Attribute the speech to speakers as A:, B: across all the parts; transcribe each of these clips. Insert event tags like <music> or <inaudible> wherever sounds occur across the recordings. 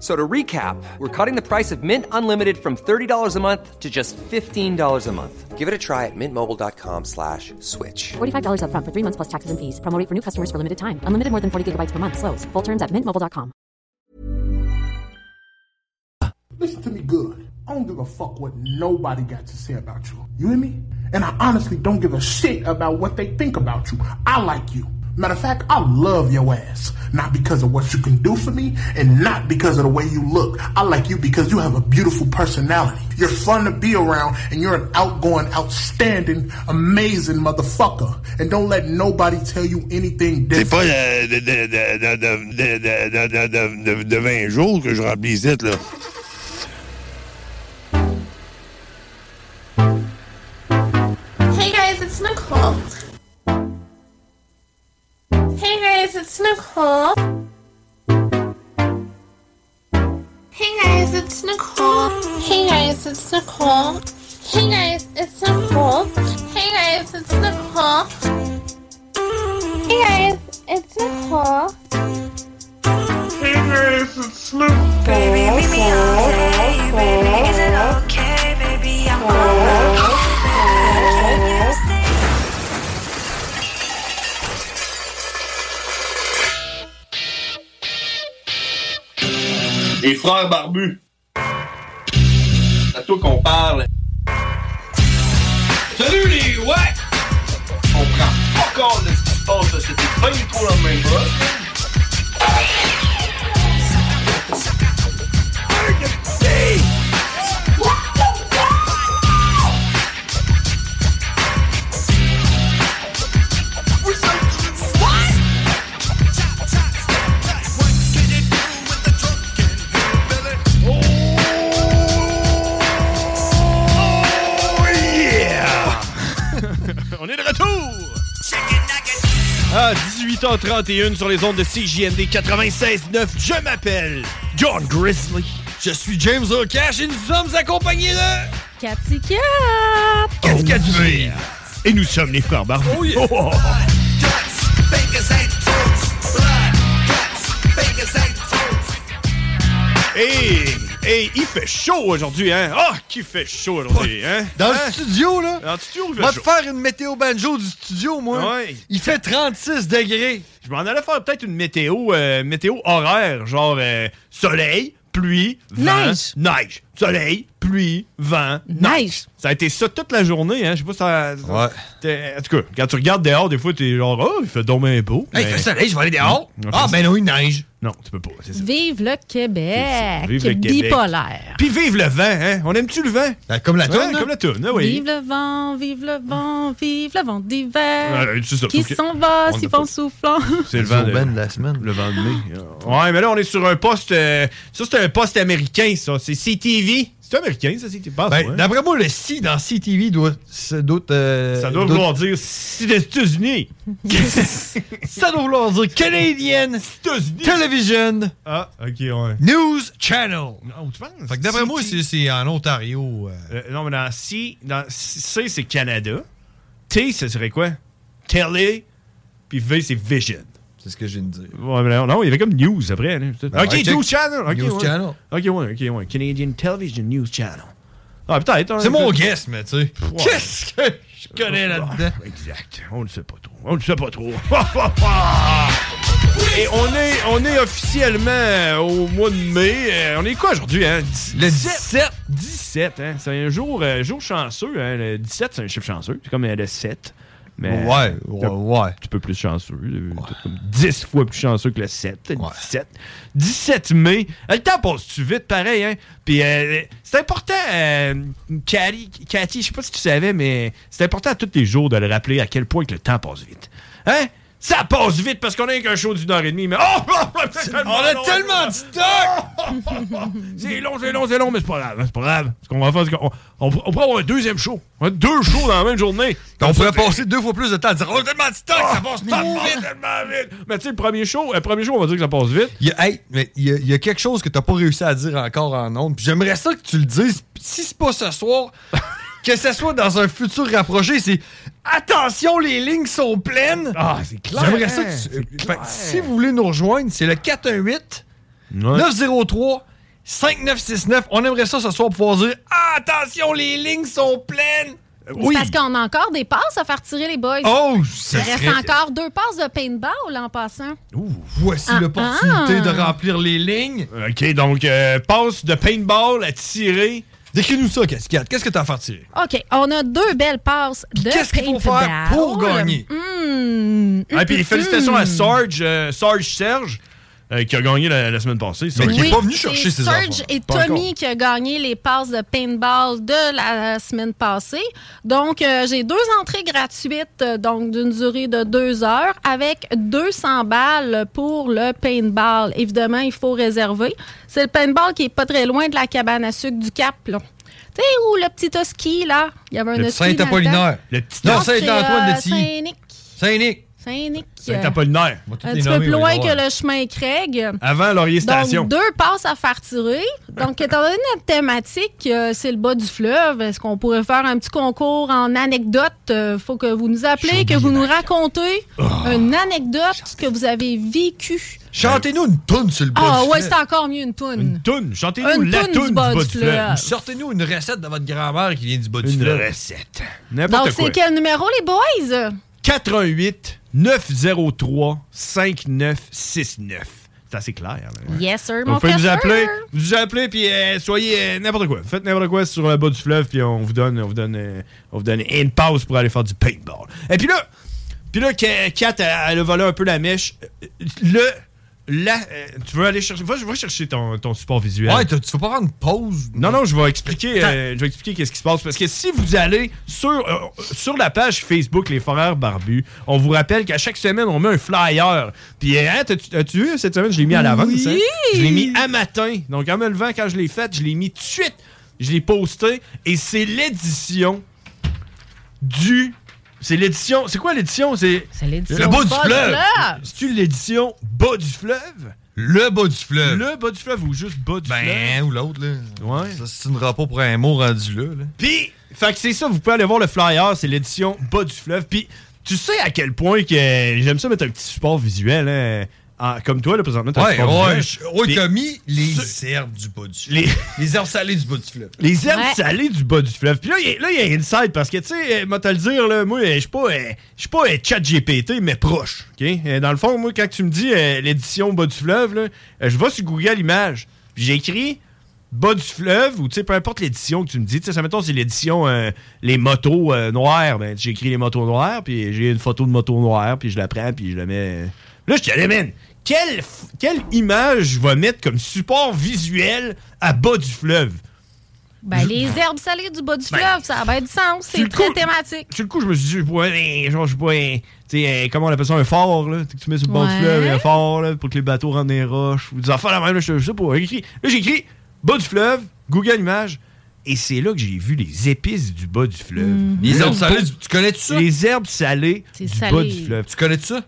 A: So to recap, we're cutting the price of Mint Unlimited from $30 a month to just $15 a month. Give it a try at mintmobile.com slash switch.
B: $45 up front for three months plus taxes and fees. Promo rate for new customers for limited time. Unlimited more than 40 gigabytes per month. Slows. Full terms at mintmobile.com.
C: Listen to me good. I don't give a fuck what nobody got to say about you. You hear me? And I honestly don't give a shit about what they think about you. I like you. Matter of fact, I love your ass. Not because of what you can do for me and not because of the way you look. I like you because you have a beautiful personality. You're fun to be around and you're an outgoing, outstanding, amazing motherfucker. And don't let nobody tell you anything
D: C'est
C: different.
D: pas de, de, de, de, de, de, de, de, de, de 20 jours que je remplis ici, là.
E: Hey guys, it's Nicole. Hey guys, it's Nicole. Hey guys, it's Nicole. Hey guys, it's Nicole. Hey guys, it's Nicole. Hey guys, it's Nicole. Hey guys, it's Nicole.
C: Hey guys, it's Slim.
F: Baby, meet me halfway. Baby, is it okay? Baby, I'm okay. Can you stay?
G: Les frères barbus. C'est à toi qu'on parle. Salut les ouais! On prend pas compte de ce qui se passe là, c'était pas du tout la même chose.
H: <laughs> On est de retour! Ah, 18h31 sur les ondes de CJMD 96.9. Je m'appelle John Grizzly. Je suis James O'Cash et nous sommes accompagnés de...
I: Cathy Cat!
H: Qu'est-ce que tu veux? Et nous sommes les frères Barbus. Oh, yeah. <laughs> Hey! Hey, il fait chaud aujourd'hui, hein? Ah, qui fait chaud aujourd'hui, hein?
J: Dans
H: Hein?
J: le studio, là,
H: Dans le studio, il
J: va
H: fait
J: te
H: chaud.
J: faire une météo banjo du studio, moi.
H: Ouais.
J: Il fait 36 degrés.
H: Je m'en allais faire peut-être une météo, euh, météo horaire, genre euh, soleil, pluie, vent,
I: Neige.
H: neige. Soleil, pluie, vent, neige.
I: Neige.
H: Ça a été ça toute la journée, hein. Je sais pas si ça. ça- t'es- En tout cas, quand tu regardes dehors, des fois, t'es genre, oh, il fait dommage beau.
J: Hey, il
H: mais-
J: fait soleil, je vais aller dehors.
H: Mm.
J: Ah, ben non, il neige.
H: Non, tu peux pas, c'est ça.
I: Vive le Québec!
H: Vive le Québec.
I: Bipolaire!
H: Puis vive le vent, hein. On aime-tu le vent?
J: Ben, comme la
H: Ouais,
J: toune, là.
H: comme la toune, hein, oui.
I: Vive le vent, vive le vent, vive le vent d'hiver!
H: Ah, Ouais, c'est ça,
I: qui
H: sauf que-
I: s'en va,
H: on
I: s'y
H: n'a pas-
I: vent soufflant!
H: <laughs> C'est le
J: Ils sont
H: vent de-
J: ben de la semaine.
H: Le vent de mai. Ouais, mais là, on est sur un poste. euh, ça, c'est un poste américain, ça. C'est CTV. C'est américain, ça, CTV. Pense,
J: Ben,
H: Ah, ouais.
J: d'après moi, le si dans CTV doit. ça doit, euh,
H: Ça doit
J: doit-
H: vouloir dire si des États-Unis.
J: <laughs> Ça doit vouloir dire Canadian
H: États-Unis.
J: Television
H: Ah, ok, ouais.
J: News Channel.
H: Non, tu penses?
J: Fait que d'après moi,
H: CT.
J: c'est- c'est en Ontario. euh,
H: Euh, non, mais dans C, dans C, c'est Canada. T, ce serait quoi? Télé. Puis V, c'est Vision.
J: C'est ce que je viens de dire.
H: Ouais, mais non, non, il y avait comme News après. là. ok,
J: Ben ouais, check.
H: News Channel. ok,
J: News
H: ouais.
J: Channel.
H: Ok, ouais, ok, ouais. Canadian Television News Channel. Ah, peut-être. hein,
J: C'est mon
H: écoute.
J: guess, mais tu sais. Qu'est-ce que je connais là-dedans?
H: Ah, Exact. On ne sait pas trop. On ne sait pas trop. <laughs> Et on est, on est officiellement euh, au mois de mai. Euh, on est quoi aujourd'hui, hein? Dix-
J: Le 17.
H: 17, hein? C'est un jour, euh, jour chanceux, hein? Le 17, c'est un chiffre chanceux. C'est comme euh, le 7. Mais
J: Ouais, ouais,
H: un petit peu plus chanceux. euh, peut-être comme 10 fois plus chanceux que le 7. peut-être 17. 17 mai. Euh, Le temps passe-tu vite, pareil, hein? Puis euh, c'est important, euh, Cathy, Cathy, je sais pas si tu savais, mais c'est important à tous les jours de le rappeler à quel point que le temps passe vite. Hein? Ça passe vite parce qu'on a qu'un show d'une heure et demie, mais oh! c'est tellement
K: On a
H: long,
K: tellement
H: là.
K: de stock!
H: oh. C'est long, c'est long, c'est long, mais c'est pas grave, hein, c'est pas grave. Ce qu'on va faire, c'est qu'on on, on pourrait avoir un deuxième show. On a deux shows dans la même journée.
J: On pourrait passer
H: deux fois plus de temps à dire
J: Oh,
H: tellement de stock, ça passe tellement vite, Ah, tellement vite. Mais tu sais, le premier show, le premier show, on va dire que ça passe vite.
J: Il y a, hey, mais il y a, il y a quelque chose que t'as pas réussi à dire encore en ondes. Puis j'aimerais ça que tu le dises. Si c'est pas
H: <laughs>
J: ce soir, que ce soit dans un futur rapproché, c'est attention, les lignes sont pleines.
H: Ah, c'est clair.
J: J'aimerais ça que tu-
H: C'est
J: Fait que si vous voulez nous rejoindre, c'est le 418 903 5969. On aimerait ça ce soir pour pouvoir dire Ah, attention, les lignes sont pleines.
H: Euh,
I: C'est Parce qu'on a encore des passes à faire tirer les boys.
J: Oh,
I: Il
J: ça
I: reste
J: serait-
I: encore deux passes de paintball en passant.
J: Voici
I: Ah,
J: l'opportunité
I: ah.
J: de remplir les lignes.
H: OK, donc euh, passe de paintball à tirer.
J: Décris-nous ça, Cascade. Qu'est-ce que t'as à faire tirer?
I: OK, on a deux belles passes de
J: qu'est-ce qu'il faut faire
I: paintball. Hum,
J: pour gagner?
I: Hmm,
H: Et Ah, puis
I: hmm,
H: félicitations
I: hmm.
H: à Sarge, euh, Sarge Serge, euh, qui a gagné la, la semaine passée. Sarge.
I: Oui, c'est Serge et Tommy qui a gagné les passes de paintball de la semaine passée. Donc, euh, j'ai deux entrées gratuites, euh, donc d'une durée de deux heures, avec 200 balles pour le paintball. Évidemment, il faut réserver. C'est le paintball qui est pas très loin de la cabane à sucre du Cap, là. Tu sais, où le petit husky, là? Il y avait un
J: Le
I: husky dans le
J: Saint-Apollinaire.
I: temps.
J: Le petit-
I: Non,
J: Non,
I: c'est,
J: Saint-Antoine de
I: euh,
J: Tilly.
I: Saint-Nic.
J: Saint-Nic.
I: Saint-Nic.
H: Saint-Apollinaire.
I: euh, Un petit peu plus loin que le chemin Craig.
H: Avant Laurier Station.
I: Donc, deux passes à faire tirer. Donc, étant donné notre thématique, euh, c'est le bas du fleuve, est-ce qu'on pourrait faire un petit concours en anecdote? Euh, faut que vous nous appelez, que vous nous racontez
H: Oh.
I: une anecdote que vous avez vécue.
J: Chantez-nous une toune sur le bas
I: Ah
J: du
I: ouais,
J: fleuve.
I: c'est encore mieux une toune.
H: Une toune. Chantez-nous
I: Une
H: la
I: toune
H: toune,
I: du
H: du
I: bas
H: bas
I: du
H: du fleuve.
J: Ou Sortez-nous une recette de votre grand-mère qui vient du bas du
H: Une
J: fleuve.
H: recette.
I: Donc,
H: N'importe quoi.
I: c'est quel numéro, les boys?
H: 88 903 5969. C'est assez clair. là.
I: Yes, sir,
H: Vous
I: mon
H: pouvez
I: frère.
H: nous appeler, nous appeler puis euh, soyez euh, n'importe quoi. Faites n'importe quoi sur le bas du fleuve puis on vous donne, on vous donne, euh, on vous donne une pause pour aller faire du paintball. Et puis là, puis là, Ka- Kat, elle, elle a volé un peu la mèche. Euh, Le, la, euh, tu veux aller chercher, va, va chercher ton, ton support visuel.
J: Ouais, t'as- tu vas pas prendre une pause.
H: Non, non, je vais expliquer, euh, je vais expliquer qu'est-ce qui se passe. Parce que si vous allez sur, euh, sur la page Facebook Les Foreurs Barbus, on vous rappelle qu'à chaque semaine, on met un flyer. Puis, euh, hein, t'as-tu- as-tu vu cette semaine, je l'ai mis à l'avance.
K: Oui!
H: hein? Je l'ai mis à matin. Donc, en me levant, quand je l'ai fait, je l'ai mis tout de suite. Je l'ai posté. Et c'est l'édition du. C'est l'édition. C'est quoi l'édition? C'est
I: l'édition
H: Le bas du
I: Bas du
H: fleuve.
I: fleuve.
H: C'est-tu l'édition bas du fleuve?
J: Le bas du fleuve.
H: Le bas du fleuve ou juste bas du fleuve?
J: Ben, ou l'autre, là. Ouais. Ça, c'est une pas pour un mot rendu là. là.
H: Puis, fait que c'est ça, vous pouvez aller voir le flyer, c'est l'édition bas du fleuve. Puis, tu sais à quel point que j'aime ça mettre un petit support visuel, hein. Ah, comme toi, là, présentement, t'as un
J: Ouais,
H: support
J: ouais.
H: visuel.
J: je- ouais,
H: Puis,
J: t'as mis les herbes du bas du fleuve.
H: Les,
J: les herbes salées du bas du fleuve.
H: les herbes
J: Ouais.
H: salées du bas du fleuve. Puis là, il y a- là, il y a inside, parce que, tu sais, euh, moi, te le dire, là, moi, euh, je suis pas, euh, je suis pas euh, chat GPT, mais proche, OK? Euh, Dans le fond, moi, quand tu me dis euh, l'édition bas du fleuve, là, euh, je vais sur Google Images, puis j'écris bas du fleuve, ou tu sais, peu importe l'édition que tu me dis, tu sais, ça mettons, c'est l'édition euh, les motos euh, noires, ben, j'écris les motos noires, puis j'ai une photo de moto noire, puis je la prends, puis je la mets... euh. Là, je te dis, man, quelle, f- quelle image je vais mettre comme support visuel à bas du fleuve?
I: Ben, les herbes salées du bas du
H: Ben,
I: fleuve, ça a bien du sens. C'est très thématique.
H: Sur le coup, je me suis dit, je bois, un- genre, je bois, un- tu sais, un- comment on appelle ça, un fort, là, que tu mets sur le bord
I: Ouais.
H: du fleuve, un fort, là, pour que les bateaux rentrent dans les roches, ou des enfants la même, là, je je sais pas, j'écris. Là, j'écris, bas du fleuve, Google Images, et c'est là que j'ai vu les épices du bas du fleuve.
J: Les herbes
H: Le
J: salées
H: beau-
J: du- tu connais-tu ça?
H: Les herbes salées
J: C'est
H: du
J: salé.
H: bas du fleuve.
J: Tu connais ça?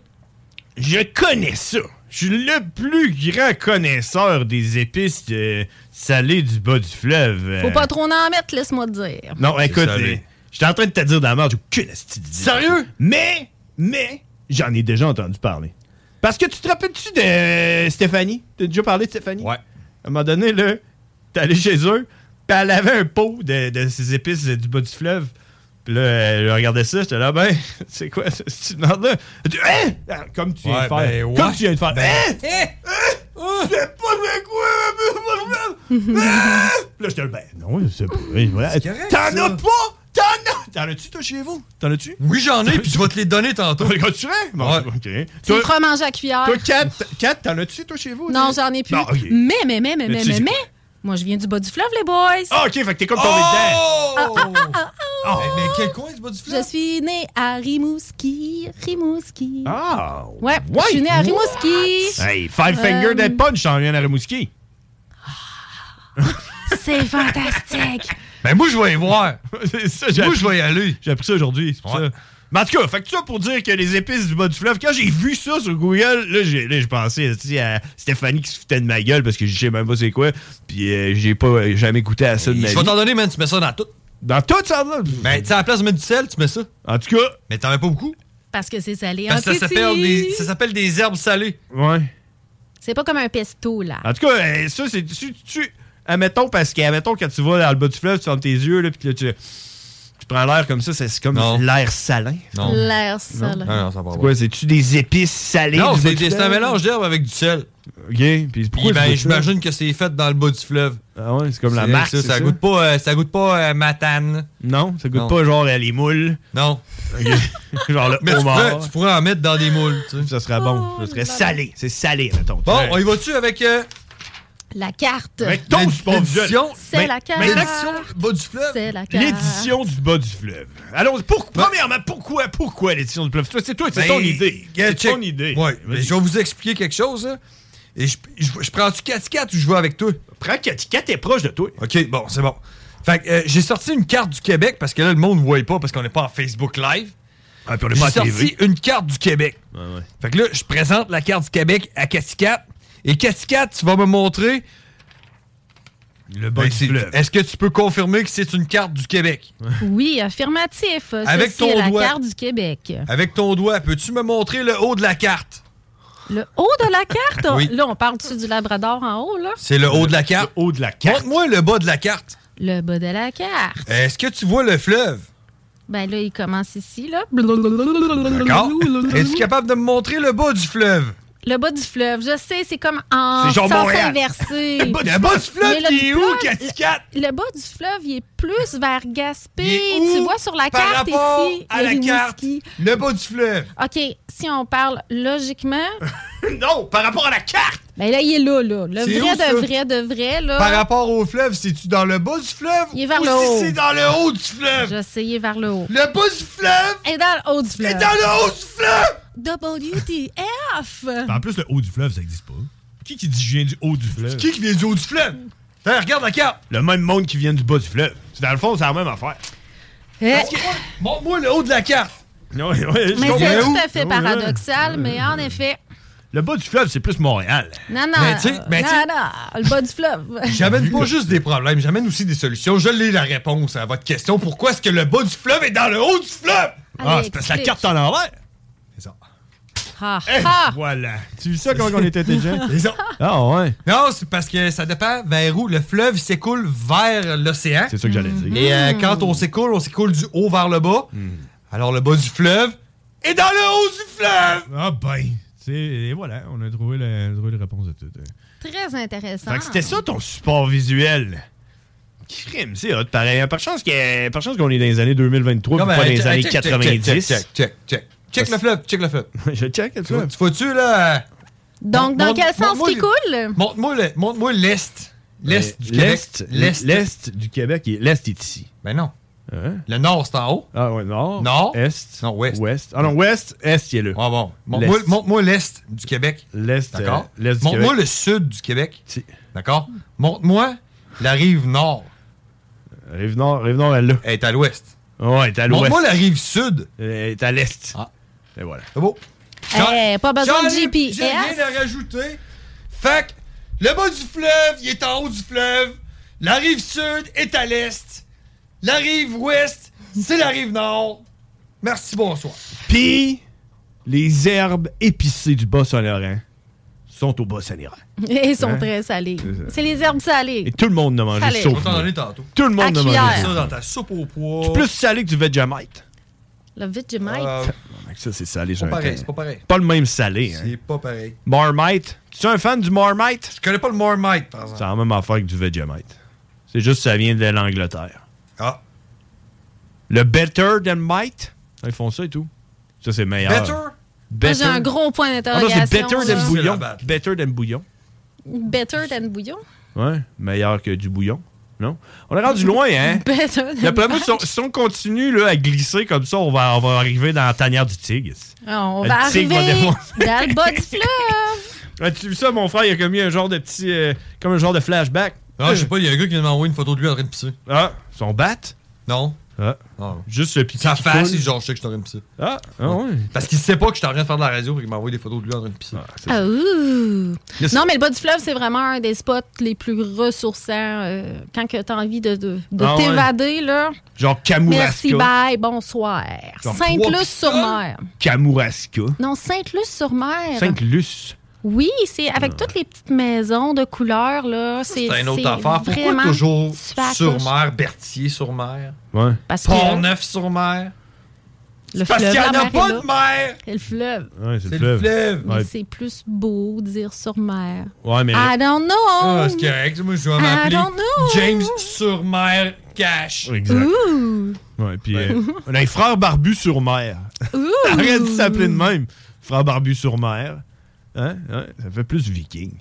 H: Je connais ça. Je suis le plus grand connaisseur des épices euh, salées du bas du fleuve.
I: Faut
H: Euh,
I: pas trop en mettre, laisse-moi te dire.
H: non, écoute,
J: salé.
H: euh, j'étais en train de te dire dans la merde, j'ai aucune astuce. Sérieux? Mais, mais, j'en ai déjà entendu parler. Parce que tu te rappelles-tu de euh, Stéphanie? T'as déjà parlé de Stéphanie? Ouais. À un moment donné, là, t'es allé chez eux, pis elle avait un pot de, de ces épices euh, du bas du fleuve. Puis là, elle regardait ça, j'étais là, ben, <laughs> c'est quoi ce tu demandes là? Elle dit, Hein? Ah, Comme tu viens de
J: Ouais,
H: faire.
J: ben, Hein? ouais.
H: Comme tu viens de faire. Hein?
J: C'est
H: pas de quoi! Là, Hein? j'étais là, ben, non, c'est pas. vrai.
J: correct,
H: T'en
J: ça.
H: as pas! T'en as T'en as-tu, toi, chez vous? T'en as-tu?
J: Oui, j'en ai, puis je vais te les donner tantôt.
H: Regarde-tu vrai? Bon, OK.
I: Tu me feras manger à cuillère.
H: Toi, Kat, Kat, t'en as-tu, toi, chez vous?
I: Non, j'en ai plus.
H: Bon, Bah, ok.
I: Mais, mais, mais, mais,
H: Mais
I: mais,
H: tu
I: mais,
H: sais
I: mais, moi, je viens du bas du fleuve, les boys.
H: Ah, OK, fait que t'es comme tombé dedans.
I: Ah, ah, ah, ah,
J: Eh,
I: ah.
J: Mais, mais quel coin du bas du
I: Je suis née à Rimouski, Rimouski.
H: Ah!
I: Ouais, je suis née à Rimouski.
H: Hey, Five Finger
I: Euh,
H: Dead Punch, j'en viens à Rimouski.
I: C'est fantastique.
H: Ben, moi, je vais y voir. <laughs> c'est ça,
J: Moi, je vais y
H: aller. J'ai appris ça aujourd'hui, c'est pour
J: Ouais.
H: ça. Mais en tout cas, fait que ça pour dire que les épices du bas du fleuve, quand j'ai vu ça sur Google, là, j'ai là, j'ai pensé tu sais, à Stéphanie qui se foutait de ma gueule parce que je sais même pas c'est quoi. Puis euh, j'ai pas euh, jamais goûté à ça de ma
J: Je
H: vie.
J: vais t'en donner, man, tu mets ça dans tout.
H: Dans tout, ça, là?
J: Ben, tu sais, à la place de mettre du sel, tu mets ça.
H: En tout cas.
J: Mais t'en mets pas beaucoup.
I: Parce que c'est salé.
J: Parce
I: en
J: que ça s'appelle
I: petit.
J: des, ça s'appelle des herbes salées.
H: Ouais.
I: C'est pas comme un pesto, là.
H: En tout cas, euh, ça, c'est. Tu, tu- admettons, parce que, admettons, quand tu vas dans le bas du fleuve, tu fermes tes yeux, là, puis là, tu, tu prends l'air comme ça, c'est c'est comme l'air salin.
I: L'air salé.
J: Non, non, ça
H: C'est
J: va pas.
H: quoi, c'est-tu des épices salées?
J: Non,
H: du bas
J: c'est
H: du
J: c'est un
H: fleuve?
J: mélange d'herbes avec du sel.
H: OK. Puis pourquoi
J: Puis,
H: du bas
J: ben,
H: du fleuve?
J: j'imagine que c'est fait dans le bas du fleuve.
H: Ah ouais, c'est comme la
J: C'est-
H: marque.
J: Ça,
H: c'est
J: ça, goûte pas, euh, ça goûte pas euh, matane.
H: Non, ça goûte
J: Non.
H: pas genre euh, les moules.
J: Non.
H: <laughs> genre le
J: Mais tu
H: homard.
J: pourrais, tu pourrais en mettre dans des moules. tu sais.
H: Ça serait bon. ça serait salé. C'est salé, mettons.
J: Bon,
H: Ouais.
J: on y va-tu avec. euh,
I: La carte.
H: Avec ton sport
J: l'édition-
I: C'est la carte.
H: L'édition
J: bas du fleuve.
I: C'est la carte.
H: L'édition du bas du fleuve. Allons, pour, premièrement, pourquoi, pourquoi l'édition du fleuve? Toi, C'est toi, c'est
J: Ben,
H: ton idée.
J: gars,
H: C'est
J: check.
H: ton idée.
J: Ouais, mais je vais vous expliquer quelque chose. là. Et je, je, je prends-tu 4x4 ou je vais avec toi?
H: Prends 4x4, t'es proche de toi.
J: OK, bon, c'est bon. Fait que euh, j'ai sorti une carte du Québec parce que là, le monde ne voit pas parce qu'on n'est pas en Facebook Live.
H: Ah, puis on est
J: J'ai
H: pas à
J: sorti
H: TV.
J: une carte du Québec.
H: Ouais, ouais.
J: Fait que là, je présente la carte du Québec à Caticat. Et Caticat, tu vas me montrer.
H: Le bas
J: Ben,
H: du
J: c'est-
H: fleuve.
J: Est-ce que tu peux confirmer que c'est une carte
H: <laughs>
J: du Québec?
I: Oui, affirmatif.
J: Avec
I: Ceci
J: ton
I: est la
J: doigt.
I: carte du Québec.
J: Avec ton doigt, peux-tu me montrer le haut de la carte?
I: Le haut de la carte.
J: Oui.
I: Là, on parle dessus du Labrador en haut, là.
J: C'est le haut de la carte.
H: Le haut de la carte.
J: Montre-moi le bas de la carte. Euh,
I: Le bas de la carte.
J: Est-ce que tu vois le fleuve?
I: Ben là, il commence ici, là.
J: D'accord. Es-tu capable de me montrer le bas du fleuve?
I: Le bas du fleuve, je sais, c'est comme en
J: C'est genre
I: sens
J: Montréal. <laughs>
I: inversé.
J: Le bas du Le bas du fleuve,
I: Mais le
J: il est
I: du
J: où,
I: fleuve,
J: Caticat?
I: Le, le bas du fleuve, il est plus vers Gaspé.
J: Il est où
I: Tu vois sur la
J: par
I: carte
J: rapport
I: ici.
J: à
I: il y a
J: la carte,
I: Rimouski.
J: le bas du fleuve.
I: OK, si on parle
J: <laughs>
I: logiquement,
H: non, par rapport à la carte.
I: ben là, il est là, là. Le
J: C'est
I: vrai
J: où, ça?
I: de vrai de vrai, là.
J: Par rapport au fleuve, c'est-tu dans le bas du fleuve?
I: Euh. Il est vers
J: ou
I: le
J: si
I: haut.
J: c'est dans le haut du fleuve?
I: Je sais, il est vers le haut.
J: Le bas du fleuve
I: Et dans le haut du
J: est
I: fleuve.
J: dans le haut du fleuve!
I: WTF!
H: En plus, le haut du fleuve, ça existe pas. Qui qui dit je viens du haut du fleuve?
J: Qui qui vient du haut du fleuve? Tiens, regarde la carte.
H: Le même monde qui vient du bas du fleuve. C'est Dans le fond, c'est la même affaire.
I: Eh,
J: Montre-moi le haut de la carte.
H: Ouais, ouais, je
I: mais
H: comprends. Oh,
I: c'est
J: où?
I: tout à fait
H: Ouais.
I: paradoxal, mais en effet.
H: Le bas du fleuve, c'est plus Montréal.
I: Non, non.
J: Mais tu sais- mais tu
I: non,
J: sais-
I: non, le bas du fleuve.
J: <laughs> J'amène pas juste des problèmes, j'amène aussi des solutions. Je l'ai la réponse à votre question. Pourquoi est-ce que le bas du fleuve est dans le haut du fleuve?
H: ah, c'est parce que la carte est en envers.
J: C'est ça. Eh,
I: Ah, ah.
H: Voilà. Tu vis ça comment on est intelligent?
J: C'est ça.
H: Ah ouais.
J: Non, c'est parce que ça dépend vers où. Le fleuve s'écoule vers l'océan.
H: C'est ça que Hmm. j'allais dire.
J: Et euh, quand on s'écoule, on s'écoule du haut vers le bas. Alors le bas du fleuve est dans le haut du fleuve.
H: Ah ben. c'est- Et voilà, on a trouvé la, on a trouvé la réponse de tout. hein.
I: Très intéressant.
H: Fait que c'était ça ton support visuel. Crime, c'est hot, pareil. Par chance que- par chance qu'on est dans les années 2023
J: Non,
H: puis
J: mais,
H: pas dans les
J: check,
H: années
J: check, check, Check,
H: 90.
J: check, check, check. Check le fleuve, check le fleuve.
H: Ah, <laughs> Je check, le
J: Tu vois-
H: fleuve.
J: tu vois-tu là?
I: Donc, dans
J: Montre-
I: quel sens
J: montre-moi
I: qui
J: le-
I: coule?
J: Montre-moi le- montre-moi l'est. L'est du Québec.
H: Ben, l'est, l'est, l'est du Québec, et l'est est ici.
J: Ben non.
H: Hein?
J: Le nord, c'est en haut.
H: Ah ouais, nord,
J: Nord.
H: est,
J: Non, ouest.
H: ouest. Ah non, ouest, est, il est là.
J: Ah bon. Montre-moi
H: L'est.
J: montre-moi l'est du Québec.
H: L'est, euh,
J: D'accord?
H: l'est du
J: Montre-moi
H: Québec.
J: le sud du Québec.
H: Si.
J: D'accord? Montre-moi la rive nord.
H: Rive nord, rive nord, elle est là.
J: Elle est à l'ouest.
H: Ouais, t'es à l'ouest.
J: Montre-moi la rive sud.
H: Euh, T'es à l'est.
J: Ah.
H: Et voilà.
J: C'est beau.
I: Eh, pas besoin de
J: J'en ai-
I: GPS.
J: J'ai rien à rajouter. Fait que le bas du fleuve, il est en haut du fleuve. La rive sud est à l'est. La rive ouest, c'est la rive nord. Merci, bonsoir.
H: Puis, les herbes épicées du Bas-Saint-Laurent sont au Bas-Saint-Laurent.
I: <laughs>
H: Hein?
I: Et <laughs> ils sont très salés. C'est les herbes
H: Et
I: salées.
H: tout le monde ne mange
I: Salé.
J: On
H: sauf
J: va t'en
H: moi.
J: donner tantôt.
H: Tout le
I: À
H: monde ne
I: cuillère.
H: mange
J: Ça
H: ça.
J: dans ta soupe au poids.
H: Plus salé que du Vegemite.
I: Le Vegemite.
H: Ah.
J: Euh,
H: Ça, c'est salé,
J: c'est
H: j'ai
J: pas pareil, c'est pas pareil.
H: Pas le même salé. Hein.
J: C'est pas pareil.
H: Marmite. Tu es un fan du Marmite?
J: Je connais pas le Marmite, par
H: C'est
J: exemple.
H: la même affaire que du Vegemite. C'est juste que ça vient de l'Angleterre.
J: Ah.
H: Le Better Than Might. Ils font ça et tout. Ça, c'est meilleur.
I: Better? Moi, J'ai un gros point
H: Ah non,
I: d'interrogation.
H: c'est Better
I: là.
H: Than Bouillon. Better Than Bouillon.
I: Better than bouillon?
H: Ouais, meilleur que du bouillon. Non? On est rendu loin, hein?
I: Better than
H: D'après moi, si on, si on continue là, à glisser comme ça, on va, on va arriver dans la tanière du tigre.
I: Ah, On
H: Le
I: va
H: tigre va
I: arriver
H: défoncer.
I: dans le bas du fleuve.
J: <laughs>
H: As-tu vu ça, mon frère? Il a commis un genre de petit. euh, comme un genre de flashback.
J: Ah, je sais pas, il y a un gars qui vient de m'envoyer une photo de lui en train de pisser.
H: Ah, son bat?
J: Non.
H: Ah. Juste le petit.
J: Sa
H: qui
J: face,
H: coule.
J: c'est genre, je sais que je suis en train de pisser.
H: Ah, ah ouais.
J: Parce qu'il sait pas que je suis en train de faire de la radio, puis il m'envoie des photos de lui en train de pisser.
I: Ah, ouh.
J: Yes.
I: Non, mais le bas du fleuve, c'est vraiment un des spots les plus ressourçants euh, quand tu as envie de, de, de
H: Ah ouais.
I: t'évader. là.
H: Genre
I: Merci,
H: Kamouraska.
I: bye, bonsoir.
H: Genre
I: Sainte-Luce-sur-Mer.
H: Kamouraska.
I: Non, Sainte-Luce-sur-Mer.
H: Sainte-Luce.
I: Oui, c'est avec toutes les petites maisons de couleurs. là. C'est
J: C'est une autre
I: c'est
J: affaire. Pourquoi
I: vraiment
J: toujours
I: super
J: sur
I: coche.
J: mer, Berthier sur mer?
H: Ouais.
I: Parce que-
J: Pont-Neuf sur mer?
I: Le
J: Parce
I: fleuve,
J: qu'il y
I: la
J: en a
I: mer
J: pas
I: est
J: de
I: là.
J: mer!
I: C'est le fleuve.
H: Ouais,
J: C'est le fleuve.
I: Mais c'est plus beau dire sur mer.
H: Ouais, mais.
I: I don't know.
J: Ah, c'est correct. Moi, je vais
I: I
J: m'appeler
I: don't know.
J: James sur mer Cash.
H: Exact.
I: Ouh.
H: Ouais, puis euh, on a les frères barbus sur mer. <laughs> Arrête de s'appeler de même. Frères barbus sur mer. Hein? hein, Ça fait plus viking.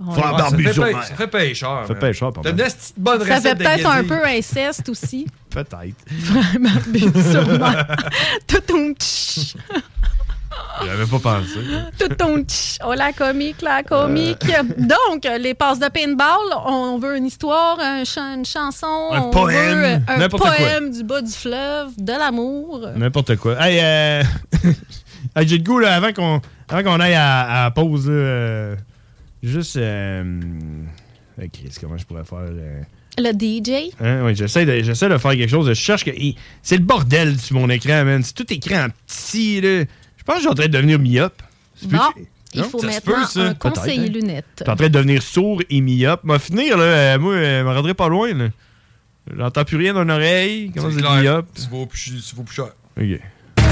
I: Oh, Ouais.
H: Frères
J: Oh, Ouais, ça
H: barbus
J: fait
H: sur
J: pa-
H: mer.
J: ça fait pêcheur,
H: Ça fait
J: man.
H: pêcheur, pas
J: T'as
H: mal.
J: une petite bonne
I: Ça fait
J: recette de
I: peut-être un
J: guédille.
I: peu
H: <laughs>
I: inceste aussi.
H: Peut-être.
I: <laughs> Vraiment, bien sûr. Tout ton tch,
H: <laughs> J'avais pas pensé.
I: tout ton tch. Oh la comique, la comique. Euh. Donc, les passes de paintball, on veut une histoire, un chan- une chanson,
H: Un
I: on
H: poème,
I: veut un
H: n'importe quoi.
I: poème du bas du fleuve, de l'amour.
H: N'importe quoi. Hey, euh, <laughs> hey, j'ai le goût, là, avant qu'on, avant qu'on aille à, à la pause, là, euh, juste. euh, ok, c'est comment je pourrais faire. euh,
I: Le DJ.
H: Hein, oui, j'essaie de, j'essaie de faire quelque chose. Je cherche que. Hey, c'est le bordel sur mon écran, man. C'est tout écrit en petit, là. Je pense que je suis en train de devenir myope. C'est
I: Non,
H: plus-
I: il
H: Non?
I: faut
H: Ça se
I: maintenant
H: peut, ça.
I: un conseiller
H: Peut-être, hein.
I: lunettes.
H: Je suis en train de devenir sourd et myope. M'a finir, là. euh, moi, euh, je me rendrai pas loin, là. J'entends plus rien d'une oreille. Comment
J: C'est
H: c'est
J: clair.
H: myope?
J: Tu vaux plus tu vaux plus cher.
H: Ok. <laughs>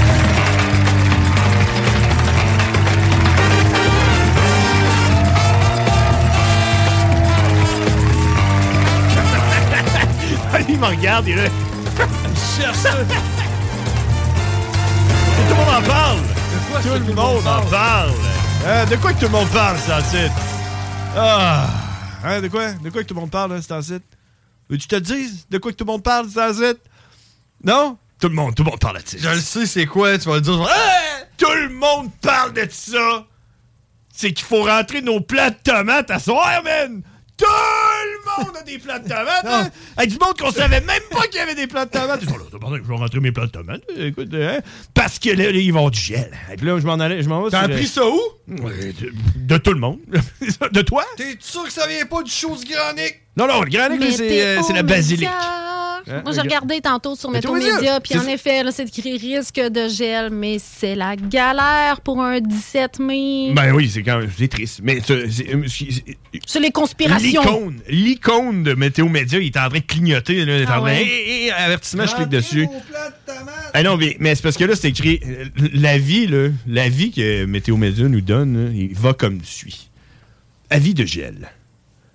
H: il me regarde, il est là. il cherche ça. Et tout le monde en parle. tout, le monde en parle. Euh, de quoi que tout le monde parle, c'est un site? Ah. Hein, de quoi? De quoi que tout le monde parle, hein, c'est un site? Veux-tu te dises de quoi que tout le monde parle, c'est un site? Non? Tout le monde, tout le monde parle de ça. Je le sais, c'est quoi? Tu vas le dire. Tout le monde parle de ça. C'est qu'il faut rentrer nos plats de tomates à soir, man. Tout le monde a <laughs> des plats de tomates. hein? Avec du monde qu'on savait même pas qu'il y avait des plats de tomates. Ils sont là, T'as pas dit que je vais rentrer mes plats de tomates. Écoute, hein? parce que là, là, ils vont du gel. Fait que là, je m'en allais, je m'en vais
J: T'as
H: sur,
J: appris
H: euh,
J: ça où?
H: Ouais, de, de tout le monde. <laughs> de toi?
J: T'es sûr que ça vient pas du chose granique?
H: Non, non, le Grand Lac, là, c'est euh, c'est la basilique. Hein,
I: Moi, j'ai
H: regarde.
I: regardé tantôt sur
H: Météo-média.
I: Météo-Média, puis
H: C'est
I: en
H: ça.
I: effet, là, c'est écrit risque de gel, mais c'est la galère pour un 17 mai.
H: Ben oui, c'est quand même c'est triste. Mais c'est- c'est- euh, c'est-
I: Sur les conspirations.
H: L'icône, l'icône de Météo Média, il est en train de clignoter. Là, il est en train de-
I: ouais?
H: Hé, hé, hé, avertissement, je clique dessus. Ah non, mais, mais c'est parce que là, c'est écrit. euh, La vie, là, la vie que Météo Média nous donne, là, il va comme suit. Avis de gel.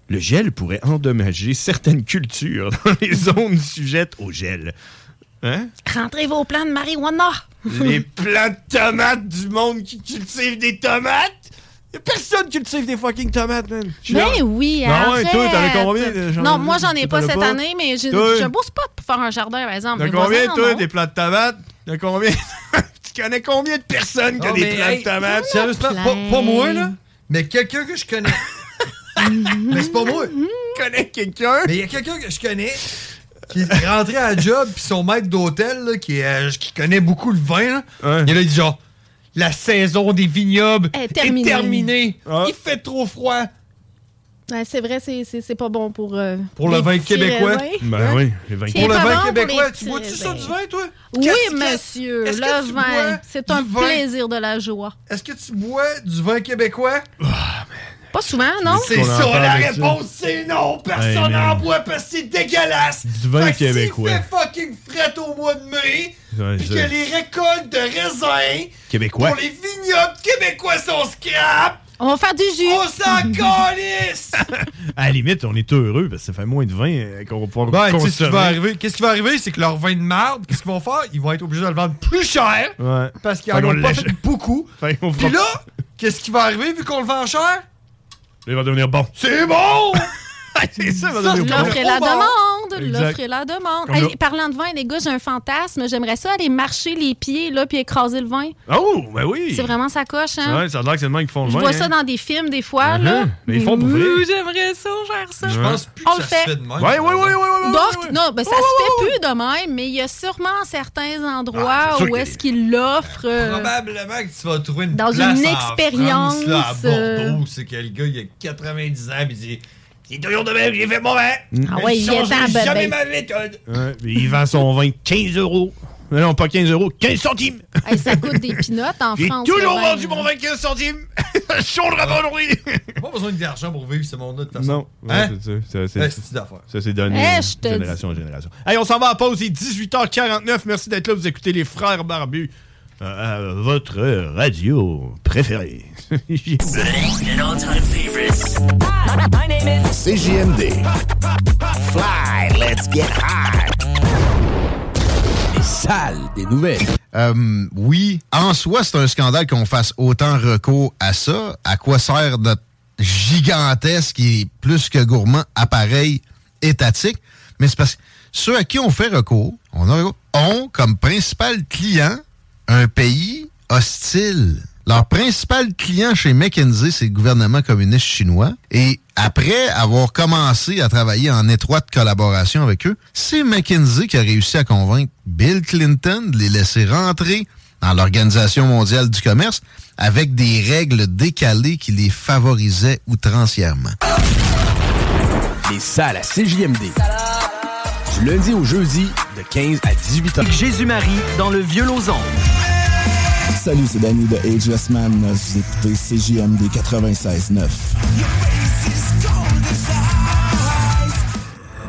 H: Le gel pourrait endommager certaines cultures <laughs> dans les zones sujettes au gel. Hein?
I: Rentrez vos plans de marijuana.
H: Les plants de tomates du monde qui cultivent des tomates? Y a personne qui cultive des fucking tomates, man. Je suis
I: Ben
H: là.
I: oui,
H: Ah ouais,
I: arrête.
H: toi, t'en as combien? euh, j'en-
I: Non, moi, j'en ai pas
H: t'en as
I: cette année, mais j'ai
H: Toi?
I: j'ai un beau spot pour faire un jardin, par exemple.
H: T'as
I: Mes
H: combien,
I: voisins,
H: toi,
I: non?
H: des plats de tomates? T'as combien? <laughs> tu connais combien de personnes qui ont
J: Non,
H: des
J: mais,
H: plats
J: hey,
H: de tomates?
J: il y en a Sérieusement, pas- pas moi, là, mais quelqu'un que je connais. mais c'est pas moi. Je
H: connais quelqu'un.
J: Mais il y a quelqu'un que je connais qui est rentré à la job, puis son maître d'hôtel, là, qui, est, euh, qui connaît beaucoup le vin, là, il a dit genre La saison des vignobles
I: Est
J: est
I: terminée.
J: terminée.
H: Ah.
J: Il fait trop froid.
I: Ouais, c'est vrai, c'est- c'est c'est pas bon pour. euh,
J: Pour le
I: les
J: vin
I: petits
J: québécois.
I: raisins.
H: Ben oui, les vingt-
I: C'est
J: Pour le
I: pas bon
J: vin
I: pour les
J: québécois,
I: petits
J: tu
I: ben.
J: bois-tu ça du
I: raisins.
J: vin, toi
I: Oui,
J: Qu'est-ce que-
I: monsieur,
J: est-ce que
I: le
J: tu
I: vin,
J: bois
I: c'est
J: du
I: un
J: vin?
I: plaisir de la joie.
J: Est-ce que tu bois du vin québécois
I: Pas souvent, non?
J: C'est
H: Qu'on en
J: ça,
H: parle
J: la
H: avec ça.
J: réponse, c'est non.
H: Hey, man.
J: Personne n'en boit parce que c'est dégueulasse.
H: Du vin
J: Fait que
H: québécois.
J: S'il fait fucking fret au mois de mai,
H: Ouais,
J: puis que
H: ça.
J: les récoltes de raisins
H: Québécois.
J: pour les vignobles québécois sont scrap,
I: <laughs> on va faire du jus.
H: <laughs>
J: On s'en calisse.
H: À la limite, on est heureux parce que ça fait moins de 20 euh, qu'on va pouvoir
J: Ben, tu sais
H: consommer.
J: ce qui va arriver. Qu'est-ce qui va arriver, c'est que leur vin de marde, qu'est-ce qu'ils vont faire? Ils vont être obligés de le vendre plus cher
H: Ouais.
J: parce qu'ils
H: Fait
J: en
H: qu'on
J: ont pas
H: l'achète.
J: fait beaucoup.
H: <laughs> Fait qu'on
J: Puis
H: va-
J: là, qu'est-ce qui va arriver vu qu'on le vend cher?
H: Il va devenir bon.
J: C'est bon!
I: Euh,
H: c'est ça, va devenir bon.
I: L'offre et la
J: Au bar.
I: demande.
H: Exact.
I: L'offre et la demande.
H: Comme
I: Hey,
H: là-
I: parlant de vin, les gars, j'ai un fantasme. J'aimerais ça aller marcher les pieds là, puis écraser le vin.
H: Oh, ben oui.
I: C'est vraiment sa coche, hein?
H: Ouais, ça a l'air que c'est le même qui font le
I: Je
H: vin.
I: vois
H: hein.
I: ça dans des films des fois. là.
H: Uh-huh. Mais ils font pour vrai.
I: Ouh, J'aimerais ça faire ça.
H: Je pense plus que
I: On
H: ça
I: le
H: se
I: fait.
H: fait de même. Ouais, ouais, ouais, ouais, ouais, ouais,
I: Donc, non, ben, ça se fait plus de même, mais il y a sûrement certains
H: Ah,
I: endroits
J: c'est sûr
I: où
J: qu'il y a
I: est-ce qu'ils l'offrent. euh,
J: Probablement que tu vas trouver une
I: Dans
J: place
I: une
J: en
I: expérience,
J: France, là, à
I: euh,
J: Bordeaux, c'est que le gars, il a 90 ans, puis il dit C'est toujours de même, j'ai fait mon vin.
I: Ah ouais, il est ben. en bébé.
J: jamais ma méthode.
H: Ouais, puis il vend son vin 15 euros. Mais non, pas 15 euros, 15 centimes.
I: hey, ça coûte des pinottes en
H: J'ai
I: France.
H: toujours
I: le vin,
H: vendu mon 25 centimes. Je
J: Ah,
H: changerai pas aujourd'hui.
J: Pas besoin d'argent pour vivre ce monde-là, de toute façon.
H: Non.
J: Hein?
H: Ouais, c'est ça.
J: Ouais,
H: Ça,
J: c'est-tu
H: c'est
J: d'affaires.
H: ça, c'est donné
J: Eh,
H: euh,
J: je te
H: génération en génération. Hey, on s'en va à pause. Il est 18h49. Merci d'être là. Vous écoutez les Frères Barbus euh, à votre euh, radio préférée.
L: My name is
C: CJMD. Fly, let's get high. Les salles des nouvelles.
M: Euh, oui, en soi, c'est un scandale qu'on fasse autant recours à ça. À quoi sert notre gigantesque et plus que gourmand appareil étatique? Mais c'est parce que ceux à qui on fait recours, on a recours, ont comme principal client un pays hostile. Leur principal client chez McKinsey, c'est le gouvernement communiste chinois. Et après avoir commencé à travailler en étroite collaboration avec eux, c'est McKinsey qui a réussi à convaincre Bill Clinton de les laisser rentrer dans l'Organisation mondiale du commerce avec des règles décalées qui les favorisaient outrancièrement.
C: Les salles à CJMD. Du <laughs> lundi au jeudi, de 15 à 18 h Jésus-Marie dans le vieux Lausanne.
N: Salut, c'est Danny de Ageless Man. Vous écoutez CJMD 96.9.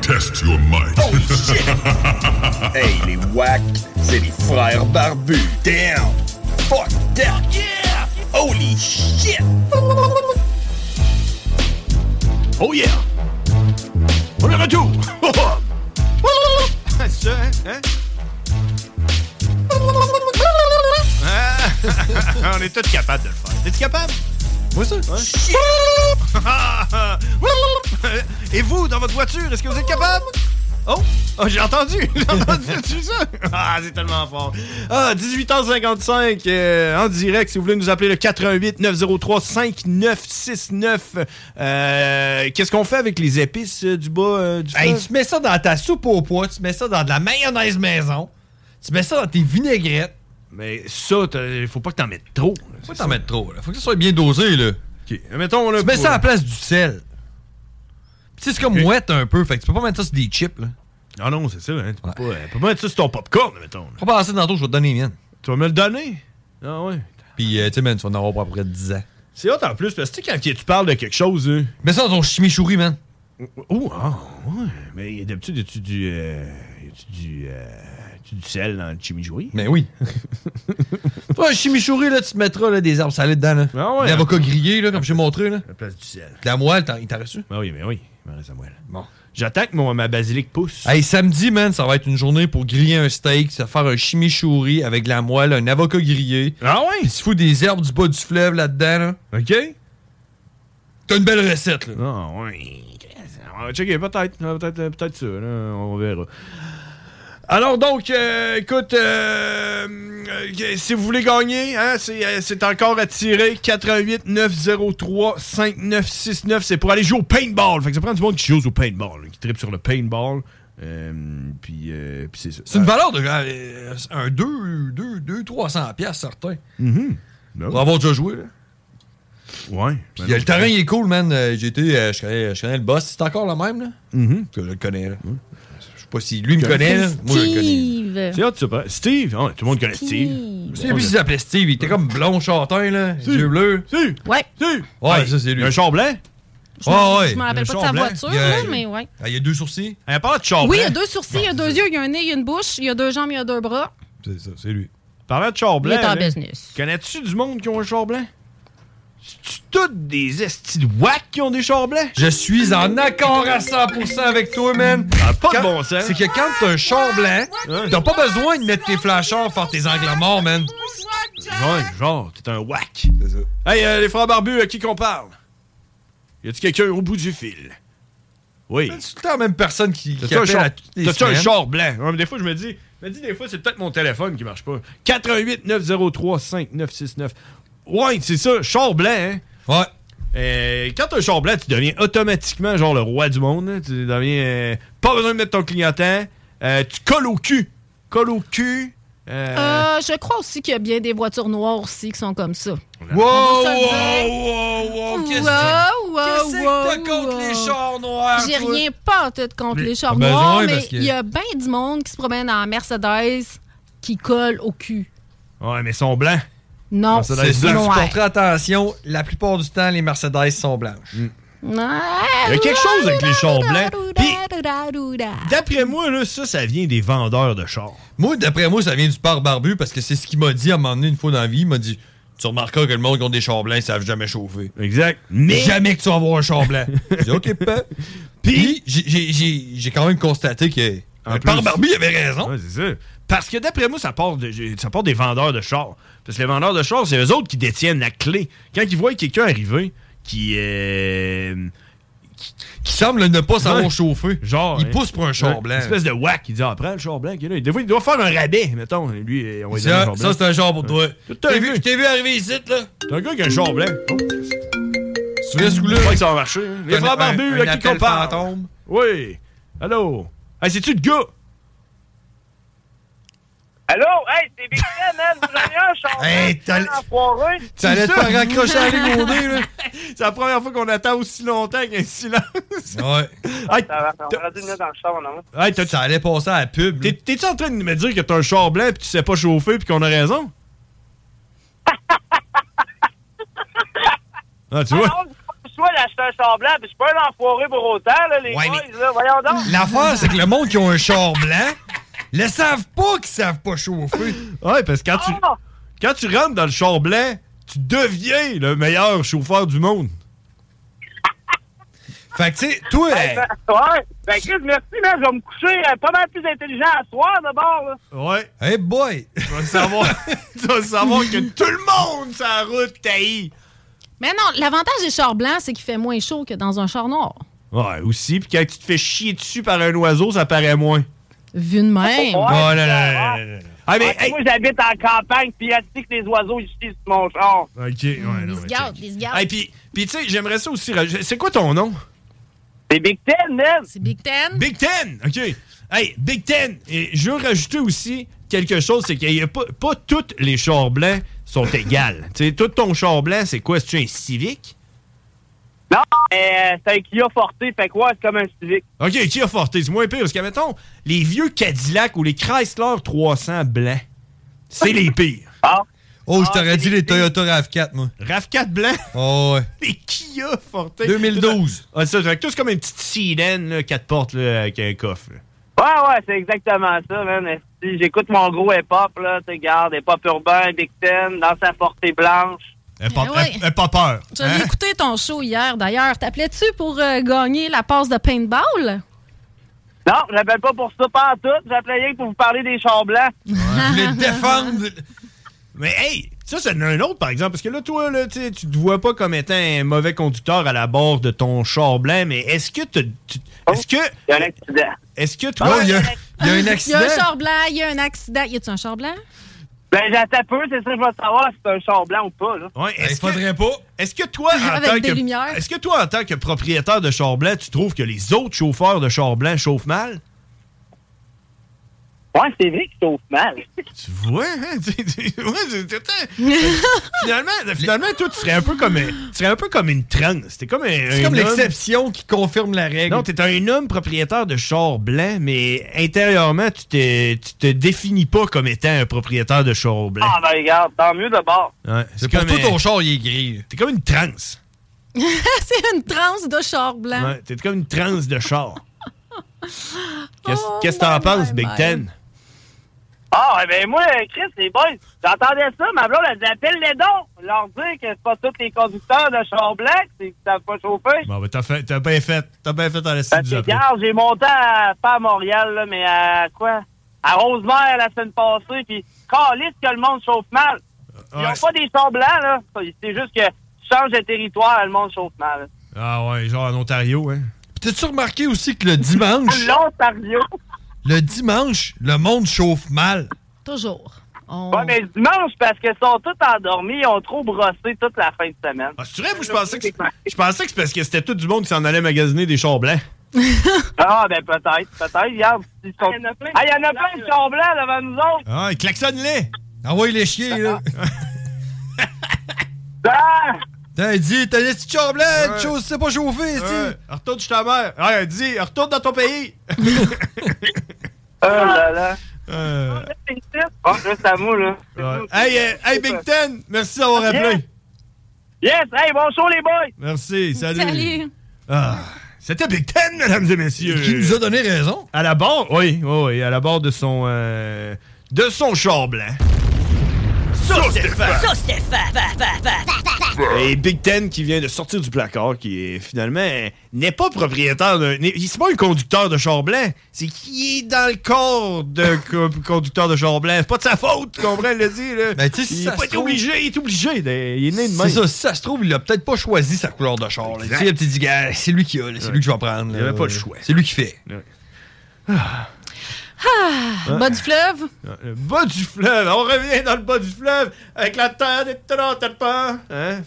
O: Test your might. Oh,
H: <laughs>
O: hey, les wack, c'est les frères barbus. Damn! Fuck that! Yeah! Holy shit!
H: Oh yeah! On est de <laughs> retour! ça, hein? hein? Ah, <laughs> on est tous capables de le faire. T'es-tu capable? Moi, ça? <laughs> Et vous, dans votre voiture, est-ce que vous êtes capable? Oh! oh, j'ai entendu! <laughs> J'ai entendu j'ai entendu ça! <laughs> Ah, c'est tellement fort! Ah, 18h55, euh, en direct, si vous voulez nous appeler le 418-903-5969. Euh, Qu'est-ce qu'on fait avec les épices euh, du bas euh, du
J: Hey,
H: fleuve?
J: tu mets ça dans ta soupe au pois, tu mets ça dans de la mayonnaise maison, tu mets ça dans tes vinaigrettes.
H: Mais ça, il faut pas que t'en mettes trop.
J: Faut pas t'en mettre trop. Là. Faut que ça soit bien dosé. Là.
H: OK. Mettons, là,
J: tu mets
H: pour-
J: ça à la place du sel. Puis, Tu sais, c'est comme ouette un peu. Fait que tu peux pas mettre ça sur des chips. Là.
H: Ah non, c'est ça. Hein, tu peux, pas, euh, peux pas mettre ça sur ton popcorn, mettons.
J: Faut pas passer dans je vais te donner les miennes.
H: Tu vas me le donner? Ah ouais.
J: Puis, euh, tu sais, man, tu vas en avoir pour à peu près 10 ans.
H: C'est hot en plus, parce que tu sais, quand tu parles de quelque chose. Hein,
J: Mets ça dans ton chimichurri, man.
H: Oh, ah, ouais. Mais d'habitude, y'a-tu du. Euh, y'a-tu du. Euh, y'a-tu du sel dans le chimichurri?
J: Mais Ben oui. Toi, un chimichurri, là, tu te mettras là, des herbes salées dedans. Là.
H: Ah ouais.
J: Des avocats grillés, là, comme je t'ai montré. Là.
H: À la place du sel.
J: De la moelle, t'en- il t'en reste
H: Ah oui, mais oui. Il me reste la moelle. Bon. J'attaque mon, ma basilic pousse.
J: Hey, samedi, man, ça va être une journée pour griller un steak, se faire un chimichurri avec de la moelle, un avocat grillé.
H: Ah ouais?
J: Puis tu fous des herbes du bas du fleuve là-dedans, là.
H: OK.
J: T'as une belle recette, là.
H: Ah ouais. On va checker, peut-être. euh, Peut-être euh, peut-être ça, là, on verra. Alors donc, euh, écoute, euh, euh, si vous voulez gagner, hein, c'est euh, c'est encore à tirer. 88 903 5969, c'est pour aller jouer au paintball. Fait que ça prend du monde qui joue au paintball, là, qui tripe sur le paintball. Euh, puis euh, puis c'est ça.
J: C'est une valeur de euh, un 2, 2, 2, 300 piastres, certain.
H: Mhm.
J: On va avoir déjà joué, là.
H: Ouais. Ben
J: Puis euh, le terrain, il est cool, man. Euh, J'ai été, euh, je, connais, je connais le boss. C'est encore le même, là? Que je le connais, là. Je sais pas si lui me connaît, là. Moi, je le connais.
I: Steve.
H: C'est hot, ça, pareil. Steve, ah, tout le monde connaît Steve.
J: Je sais plus s'il s'appelait Steve. Il était comme blond châtain, là. les Yeux bleus.
H: Si.
I: Ouais.
J: Ouais, ça, c'est lui.
H: Un char blanc?
I: Je m'en- je me rappelle pas de sa voiture, là, mais ouais.
J: Ah, Il y a deux sourcils.
H: Il n'y a pas de char
I: Oui, il y a
H: blanc.
I: deux sourcils, il y a deux yeux, il y a un nez, il y a une bouche, il y a deux jambes, il y a deux bras.
J: C'est ça, c'est lui.
H: Parlant de char blanc.
I: Il est en
H: là,
I: business.
H: Connais-tu du monde qui ont un char blanc? C'est-tu toutes des estis de whack qui ont des chars blancs?
J: Je suis en accord à 100% avec toi, man.
H: pas de
J: Quand-
H: bon sens.
J: C'est que quand t'as un char blanc, t'as pas besoin de mettre tes flashers faire tes angles à mort, man.
H: Ouais, genre, t'es un whack. Hey, euh, les frères barbus, à qui qu'on parle? Y a-tu quelqu'un au bout du fil? Oui.
J: C'est tout le temps la même personne qui, qui
H: T'as-tu un,
J: appelle
H: char-
J: à toutes les
H: t'as-tu un
J: semaines.
H: char blanc? Ouais, mais des fois, je me dis, je me dis des fois, c'est peut-être mon téléphone qui marche pas. 88 903 5969. Ouais, c'est ça, char blanc, hein? Euh,
J: Ouais.
H: quand t'as un char blanc, tu deviens automatiquement genre le roi du monde. hein. Tu deviens. euh, pas besoin de mettre ton clignotant. Euh, tu colles au cul. Colles au cul. euh,
I: Euh, je crois aussi qu'il y a bien des voitures noires aussi qui sont comme ça.
H: Wow,
I: On va se
H: wow,
I: le dire.
J: wow, wow,
I: Wow,
J: qu'est-ce
I: wow,
J: qu'est-ce que t'as
I: wow,
J: contre
I: wow.
J: les chars noirs?
I: J'ai
J: toi?
I: rien pas en tête contre
J: Mais-
I: les chars
J: Ben
I: noirs,
J: ouais,
I: mais
J: parce que-
I: il y a bien du monde qui se promène en Mercedes qui colle au cul.
H: Ouais, mais ils sont blancs.
I: Non,
J: c'est ça.
I: noir.
J: Tu porteras attention, la plupart du temps, les Mercedes sont blanches.
I: Il
H: Hmm. Il y a quelque chose avec les chars blancs. D'après moi, là, ça, ça vient des vendeurs de chars.
J: Moi, d'après moi, ça vient du port barbu parce que c'est ce qu'il m'a dit à un moment donné, une fois dans la vie. Il m'a dit Tu remarqueras que le monde qui a des chars blancs, ils savent jamais chauffer.
H: Exact.
J: Mais. Jamais que tu vas avoir un char
H: <laughs>
J: blanc. J'ai dit Ok, pas. Puis, j'ai- j'ai- j'ai j'ai quand même constaté que. Le port barbu, il avait raison.
H: Ouais, c'est ça. Parce que d'après moi, ça part, de- ça part des vendeurs de chars. Parce que les vendeurs de chars, c'est eux autres qui détiennent la clé. Quand ils voient quelqu'un arriver qui, euh, qui.
J: semble ne pas savoir
H: chauffer. Genre.
J: Il
H: hein.
J: pousse pour un char blanc.
H: Une espèce de whack. Il dit Ah, prends le char blanc qui est là. Des fois, il doit faire un rabais, mettons. Lui, euh, on va lui donner
J: Ça,
H: un char
J: ça,
H: blanc.
J: c'est un char pour toi.
H: Ouais.
J: Je t'ai vu, je t'ai vu arriver ici, là.
H: T'as un gars qui a un char blanc.
J: Tu veux ce coup-là?
H: Ouais, ça va marcher. hein. Les
J: Un-
H: frères
J: un-
H: barbus,
J: un
H: à qui
J: appel
H: qu'on parle?
J: fantôme.
H: Oui. Allô? Hey, c'est-tu le gars?
P: Allô? Hey, c'est Big Ben, man! Vous avez
H: <laughs>
P: un char
H: Hey, t'as-
P: enfoiré?
H: C'est ça.
J: l'égourdé, là.
H: <laughs> C'est la première fois qu'on attend aussi longtemps qu'un silence.
J: Ouais.
P: Ça
H: Hey,
P: va, on va dire dans le char, mon amour.
J: ça allait passer à la pub.
H: T'es- T'es-tu en train de me dire que t'as un char blanc pis tu sais pas chauffer pis qu'on
P: <laughs>
H: a raison? ah, tu vois?
P: Ah, non, je suis pas d'acheter un char blanc, puis je suis pas un enfoiré pour autant, là, les
J: Ouais,
P: boys, là, voyons donc.
J: L'affaire, c'est que le monde qui a un char blanc le savent pas qu'ils savent pas chauffer.
H: Ouais, parce que quand tu,
P: Oh!
H: quand tu rentres dans le char blanc, tu deviens le meilleur chauffeur du monde.
J: fait que, tu sais, toi.
P: Hey, ben, <laughs> ouais, ben, Chris, merci, man, je vais me coucher euh, pas mal plus intelligent à soir, d'abord, là.
H: Ouais.
J: Hey boy!
H: Tu vas
J: <laughs>
H: savoir, tu vas savoir que tout le monde sur la route taillit.
I: Mais non, l'avantage des chars blancs, c'est qu'il fait moins chaud que dans un char noir.
H: Ouais, aussi. Puis quand tu te fais chier dessus par un oiseau, ça paraît moins.
I: Vu de même.
H: Oh là là là là là. Ah, mais,
P: Ah, Moi, j'habite en campagne, puis elle sait que les oiseaux, ils chient sur mon char.
H: OK, Ah ouais, non, mais-
I: Garde, les
H: Hey, puis, puis tu sais, j'aimerais ça aussi. raj- C'est quoi ton nom?
P: C'est Big Ten, man.
I: C'est Big Ten.
H: Big Ten, OK. Hey, Big Ten. Et je veux rajouter aussi quelque chose, c'est qu'il y a pas, pas tous les chars blancs sont égales. tu sais, tout ton char blanc, c'est quoi? C'est-tu un Civic?
P: Non, mais euh, c'est un Kia Forté, fait quoi, c'est comme un Civic.
H: OK, qui a forté? C'est moins pire, parce que, mettons, les vieux Cadillac ou les Chrysler 300 blancs, c'est les pires.
J: Oh,
H: Ah,
J: je t'aurais dit les Toyota RAV4, moi.
H: RAV4 blanc?
J: Oh,
H: <laughs>
J: ouais.
H: Les Kia Forte.
J: 2012.
H: Ah, c'est ça, fait que tout, c'est comme une petite sedan, là, quatre portes, là, avec un coffre. là.
P: Ouais, ouais, c'est exactement ça, man. Esti, J'écoute mon gros hip-hop, là, tu regardes, hip-hop urbain, Big Ten, dans sa fortée blanche.
I: pas- ouais. un-
H: pas peur.
I: Je l'ai écouté ton show hier, d'ailleurs. T'appelais-tu pour euh, gagner la passe de paintball?
P: Non, j'appelle pas pour ça, pas en tout. J'appelais rien que pour vous parler des chars blancs.
J: les défendre.
H: Mais hey, ça, c'est un autre, par exemple. Parce que là, toi, là, tu sais, tu te vois pas comme étant un mauvais conducteur à la barre de ton char blanc, mais est-ce que t'as- tu. Est-ce que.
P: Oh, Il y a un accident.
H: Est-ce
J: Oh,
H: que toi.
P: Ah, il y a-
H: il y a un
I: Il y a un char blanc, il y a un accident. Y a-tu un char blanc?
P: Ben, j'attends peu, c'est ça, je vais savoir si c'est un char blanc ou pas, là.
H: Ouais, est-ce que, Est-ce que toi, en
P: Avec
H: tant
P: des
H: que,
P: lumières.
H: est-ce que toi, en tant que propriétaire de char blanc, tu trouves que les autres chauffeurs de char blanc chauffent mal?
P: Ouais, c'est vrai qu'ils chauffent mal.
H: Tu vois, hein? <laughs> Tu- tu- ouais, c'est- attends. finalement, finalement, toi, tu serais un peu comme, un- tu serais un peu comme une transe. T'es comme un-
J: C'est
H: un
J: comme
H: homme-
J: l'exception qui confirme la règle.
H: Non, t'es un homme propriétaire de char blanc, mais intérieurement, tu te, tu te définis pas comme étant un propriétaire de char blanc.
P: Ah, ben, regarde, tant mieux de bord.
H: Ouais,
J: C'est pour
H: comme
J: toi, ton
H: un-
J: char, il est gris.
H: T'es comme une transe.
I: c'est une transe de char blanc.
H: Ouais, t'es comme une transe de char. Qu'est-ce qu'est-ce que t'en penses, Big Ten?
P: Ah, eh ben moi, Chris, les boys, j'entendais ça, ma blonde, elle dit, appelle les dons. Leur dire que c'est pas tous les conducteurs de char blanc qui savent pas chauffer.
H: Bon, ben, t'as fait- t'as bien fait. T'as bien fait en laissant
P: Parce que, regarde, j'ai monté à, pas à Montréal, là, mais à quoi? À Rosemère la semaine passée, puis calisse que le monde chauffe mal. Ils ont pas des chars blancs, là. C'est juste que tu changes de territoire, le monde chauffe mal.
H: Ah ouais, genre en Ontario, hein.
J: Puis t'as-tu remarqué aussi que le dimanche,
P: L'Ontario.
J: le dimanche, le monde chauffe mal?
I: Toujours.
P: Ouais, mais le dimanche, parce qu'ils sont tous endormis, ils ont trop brossé toute la fin de semaine.
H: Ah, c'est vrai, je pensais que Je pensais que c'est parce que c'était tout du monde qui s'en allait magasiner des chars blancs. <laughs>
P: Ah, ben peut-être, peut-être, regarde. Ils sont... Ah, Il y en a plein, de chars blancs devant nous autres.
H: Ah, ils klaxonnent-les!
J: Envoie-les chier, là!
H: T'as dit, t'as laissé char blanc, chose, c'est pas chauffé, ici! Retourne chez ta mère! Ah, dis, retourne dans ton pays!
P: Oh là là. Oh, juste à moi, là.
H: Hey, euh, hey, Big Ten, merci d'avoir appelé.
P: Yes, hey, bonjour les boys.
H: Merci, salut. Ah, c'était Big Ten, mesdames et messieurs.
J: Qui nous a donné raison.
H: À la barre, oui, oui, oui, à la barre de son, euh, de son char blanc.
Q: Sauce
H: Stéphane.
Q: Sauce Stéphane.
J: Bah.
H: Et Big Ten qui vient de sortir du placard, qui est finalement euh, n'est pas propriétaire d'un. n'est- C'est pas un conducteur de char blanc, c'est qu'il est dans le corps d'un <laughs> co- conducteur de char blanc. C'est pas de sa faute, tu comprends, le dit, là.
J: Ben, si
H: il
J: ça
H: est
J: se
H: pas été
J: trouve-
H: obligé, il est obligé. de- il est né de même.
J: C'est ça, si ça se trouve, il a peut-être pas choisi sa couleur de char. là. Tu sais, il a peut-être dit, gars, c'est lui qui a, là, c'est lui que je vais prendre.
H: Il
J: là.
H: avait pas le choix.
J: C'est lui qui fait.
I: Ah,
H: Ouais.
I: bas du fleuve.
H: Le bas du fleuve, on revient dans le bas du fleuve avec la terre des pas.
J: <laughs>
H: Hein?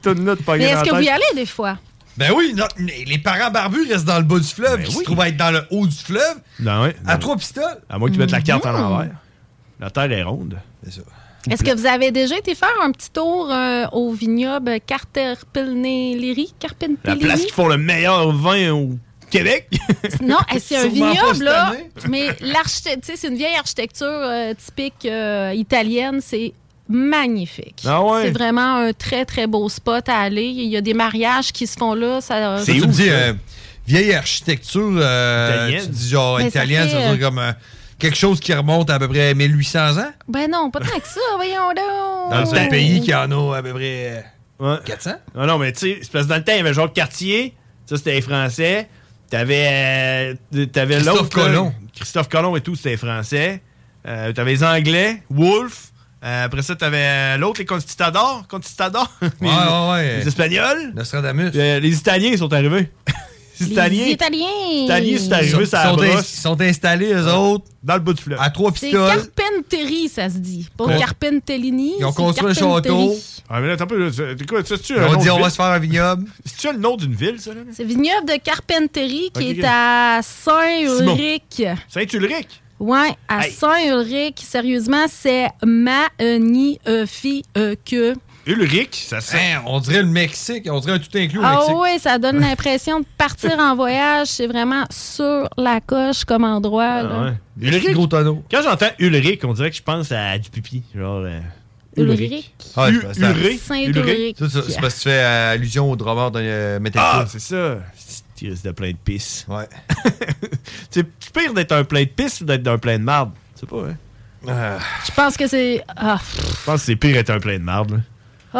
H: Tout notre
I: Mais est-ce que vous y allez des fois?
J: Ben oui, non, mais les parents barbus restent dans le bas du fleuve, qui se trouvent à être dans le haut du fleuve,
H: Non, Ben ouais.
J: à trois pistoles. Mmh.
H: À moins que tu mettes la carte à
J: Mm.
I: Mhm.
H: l'envers. La terre est ronde.
J: C'est ça.
I: Est-ce que vous avez déjà été faire un petit tour euh, au vignoble Carterpilneliri?
H: La place qui font le meilleur vin au Québec.
I: Non, eh, c'est un
H: Sûrement pas
I: vignoble,
H: cette
I: là.
H: année.
I: <laughs> Mais l'architecte, tu sais, c'est une vieille architecture euh, typique euh, italienne. C'est magnifique.
H: Ah ouais?
I: C'est vraiment un très, très beau spot à aller. Il y a des mariages qui se font là. Ça,
J: C'est tu me dis, euh, vieille architecture euh,
H: Italienne.
J: Tu dis genre
I: Ben, ça
J: italienne,
I: fait,
J: ça veut
I: euh,
J: dire comme euh, quelque chose qui remonte à, à peu près 1800 ans.
I: Ben non, pas tant que ça, voyons donc.
J: Dans un pays qui en a à peu près.
H: Ben,
J: euh,
H: Ouais. Ah
J: 400?
H: Non, non, mais tu sais, c'est parce que dans le temps, il y avait genre Cartier, ça c'était les Français. T'avais euh, t'avais
J: Christophe
H: l'autre. là,
J: Colomb.
H: Christophe Colomb et tout, c'était les Français. Euh, t'avais les Anglais, Wolfe. Euh, après ça, t'avais euh, l'autre, les Conquistadors. Conquistadors. <laughs> les,
J: ouais, ouais.
H: les Espagnols.
J: Nostradamus.
H: Euh, les Italiens sont arrivés. les
I: <laughs> Les
H: Italiens.
I: Italiens.
H: Italiens, c'est arrivé,
J: Ils sont-
H: ça la
J: sont ins-
H: brosse.
J: Ils sont installés, eux autres,
H: dans le bout du fleuve.
J: à trois
I: C'est
J: pistoles.
I: Carpenteri, ça se dit. Pas
J: Ouais.
I: Carpentellini.
J: Ils ont
I: c'est
J: construit un château.
I: Carpenteri.
H: Ah, mais là, attends un peu. là, c'est- t'es quoi, ça, c'est-tu
J: Ils
H: un
J: ont
H: nom
J: dit,
H: de
J: on va
H: ville?
J: se faire un vignoble.
H: C'est-tu le nom d'une ville, ça, là?
I: C'est le vignoble de Carpenteri
H: Ok,
I: qui est
H: ok.
I: à Saint-Ulrich.
H: Saint-Ulrich?
I: Ouais, à Saint-Ulrich. Sérieusement, c'est ma euh, ni euh, fi euh, que.
H: Ulrich, ça sent.
J: Hein, on dirait le Mexique. On dirait un tout inclus au
I: Ah
J: Mexique.
I: oui,
J: <laughs>
I: ça donne l'impression de partir en voyage. C'est vraiment sur la coche comme endroit. là.
H: Ah, Ulrich.
J: Gros tonneau.
H: Quand j'entends Ulrich, on dirait que je pense à du pipi. Genre. euh,
I: Ulrich.
J: Ah,
H: U-
J: c'est parce que-
H: Ulrich.
I: Saint-Ulrich. Ulrich.
J: Ça, ça, C'est parce que tu fais euh, allusion au drummer de euh, Metallica.
H: Ah, c'est ça. Tu risques de plein de pisse.
J: Ouais.
H: <laughs> c'est pire d'être un plein de pisse ou d'être un plein de marde. C'est pas, hein?
J: Ah.
I: Je pense que c'est. Ah, pff,
H: Je pense que c'est pire d'être un plein de marde. là.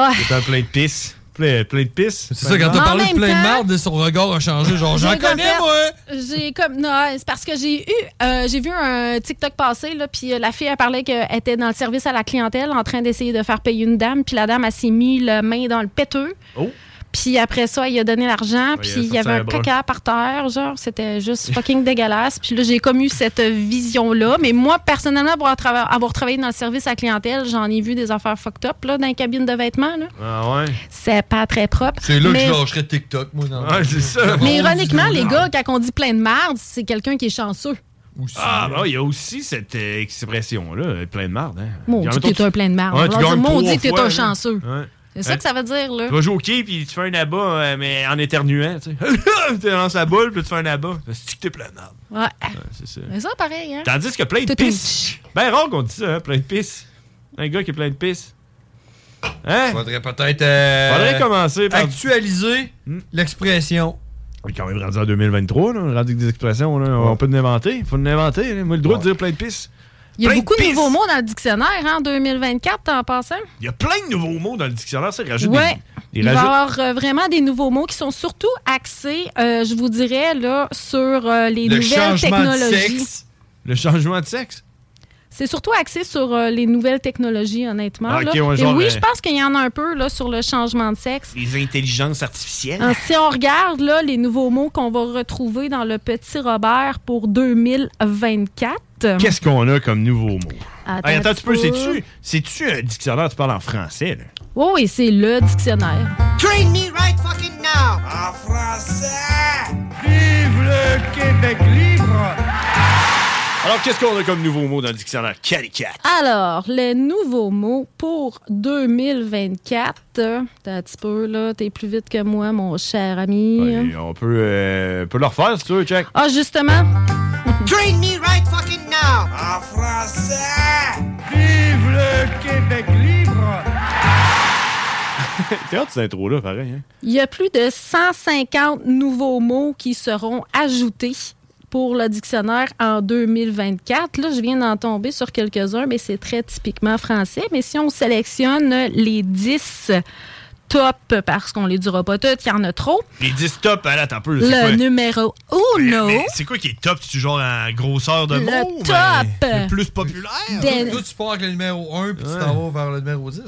I: ouais.
H: D'être un plein de pisse. Plein, plein de pisse.
J: C'est ça, quand t'as
I: En
J: parlé
I: même
J: de plein
I: temps-
J: de marde, son regard a changé. Genre, j'en
I: J'ai comme
J: connais,
I: fait-
J: moi!
I: J'ai comme. Non, c'est parce que j'ai eu. euh, j'ai vu un TikTok passer, là, puis euh, la fille, elle parlait qu'elle était dans le service à la clientèle en train d'essayer de faire payer une dame, puis la dame, elle s'est mis la main dans le péteux.
H: Oh!
I: Puis après ça, il a donné l'argent,
H: Ouais,
I: puis
H: il a
I: il y avait
H: sorti un
I: un
H: bras.
I: caca par terre, genre, c'était juste fucking dégueulasse. Puis là, j'ai comme eu cette vision-là. Mais moi, personnellement, pour avoir, avoir travaillé dans le service à la clientèle, j'en ai vu des affaires fucked up, là, dans les cabines de vêtements, là.
H: Ah ouais?
I: C'est pas très propre.
J: C'est là
I: Mais-
J: que je lâcherais TikTok, moi. Dans
H: Ah, c'est ça.
I: <laughs> Mais ironiquement, les gars, quand on dit plein de merde, c'est quelqu'un qui est chanceux.
H: Ah, bah, il y a aussi cette euh, expression-là, plein de marde. Hein.
I: Mon
H: Il y en
I: Dieu,
H: a d'autres-
I: t'es un plein de merde.
H: Ouais, tu
I: On va dire,
H: gagnes
I: mon
H: trois
I: Dieu, t'es
H: fois,
I: un
H: là.
I: chanceux.
H: Ouais.
I: C'est ça
H: Hein?
I: que ça veut dire, là.
H: Tu vas jouer au quai, puis tu fais un abat, euh, mais en éternuant, tu sais. <laughs> tu lances la boule, puis tu fais un abat. C'est que t'es plein de marde.
I: Ouais.
H: Ouais, c'est ça.
I: Mais ça, pareil, hein.
H: Tandis que plein de
I: Tout est-
H: pisse. Ben rare qu'on dit ça, hein, plein de pisse. Un gars qui est plein de pisse. Hein?
J: Faudrait peut-être. euh,
H: Faudrait commencer par. Hmm.
J: Actualiser l'expression.
H: On est quand même rendu en 2023, là. On est rendu avec des expressions, là. On peut nous inventer. Faut nous inventer. là. Moi, le droit de dire plein de pisse.
I: Il y a
H: Plein de
I: beaucoup de,
H: pisse.
I: nouveaux mots dans le dictionnaire hein, en 2024, en passant.
H: Il y a plein de nouveaux mots dans le dictionnaire, ça rajoute
I: Oui,
H: des, des
I: il va y
H: rajoutes.
I: avoir euh, vraiment des nouveaux mots qui sont surtout axés, euh, je vous dirais, là, sur euh, les
H: Le
I: nouvelles
H: changement de
I: technologies.
H: sexe. Le changement de sexe.
I: C'est surtout axé sur euh, les nouvelles technologies, honnêtement.
H: Ah,
I: là.
H: ok, ouais,
I: Et
H: genre,
I: oui,
H: euh,
I: je pense qu'il y en a un peu là, sur le changement de sexe.
H: Les intelligences artificielles.
I: Hein, si on regarde là, les nouveaux mots qu'on va retrouver dans le Petit Robert pour 2024.
H: Qu'est-ce qu'on a comme nouveaux mots?
I: Attends
H: Hey, attends
I: un
H: un petit peu,
I: petit peu.
H: c'est-tu, c'est-tu un dictionnaire tu parles en français? Là?
I: Oh, et c'est le dictionnaire.
R: Train me right fucking now! En français! Vive le Québec libre!
H: Alors, qu'est-ce qu'on a comme nouveaux mots dans le dictionnaire? Calicat.
I: Alors, les nouveaux mots pour 2024. Euh, T'as un petit peu, là, t'es plus vite que moi, mon cher ami.
H: Et on peut, euh, on peut le refaire, si tu veux, check.
I: Ah, justement. <laughs>
R: Train me right fucking now! En français! Vive le Québec libre!
H: <laughs> T'es hâte, cette intro-là, pareil. Hein?
I: Il y a plus de 150 nouveaux mots qui seront ajoutés pour le dictionnaire en 2024. Là, je viens d'en tomber sur quelques-uns, mais c'est très typiquement français. Mais si on sélectionne les 10 top, parce qu'on les dira pas toutes, il y en a trop.
H: Les 10 tops, là, attends un peu. c'est quoi?
I: Le numéro uno.
H: Mais c'est quoi qui est top? C'est genre en grosseur de
I: Le
H: mots?
I: top.
H: mais le plus populaire?
I: Des-
J: Toi, tu pars avec le numéro 1 puis tu t'en vas vers le numéro 10.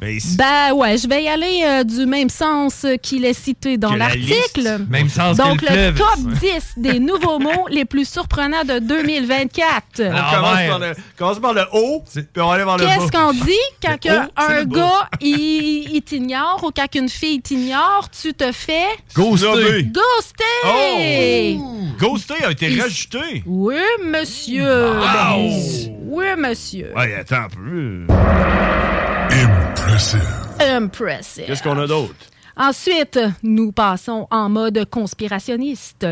H: Mais
I: Ben ouais, je vais y aller euh, du même sens euh, qu'il est cité dans
J: Que la
I: l'article.
J: liste. Même sens
I: Donc
J: que le
I: le
J: fleuve.
I: top
J: Ouais.
I: 10 des nouveaux mots les plus surprenants de 2024.
H: on commence, par le, commence par le haut, puis on va aller vers le bas.
I: Qu'est-ce qu'on dit quand
H: Le haut,
I: que
H: c'est
I: un
H: le bas.
I: gars il, il t'ignore ou quand une fille t'ignore, tu te fais
H: Ghosté.
I: Ghosté.
H: Ghosté a été rajouté.
I: Oui monsieur.
H: Wow.
I: Oui monsieur.
H: Ouais, attends un peu.
I: Impressive.
H: Qu'est-ce qu'on a d'autre?
I: Ensuite, nous passons en mode conspirationniste.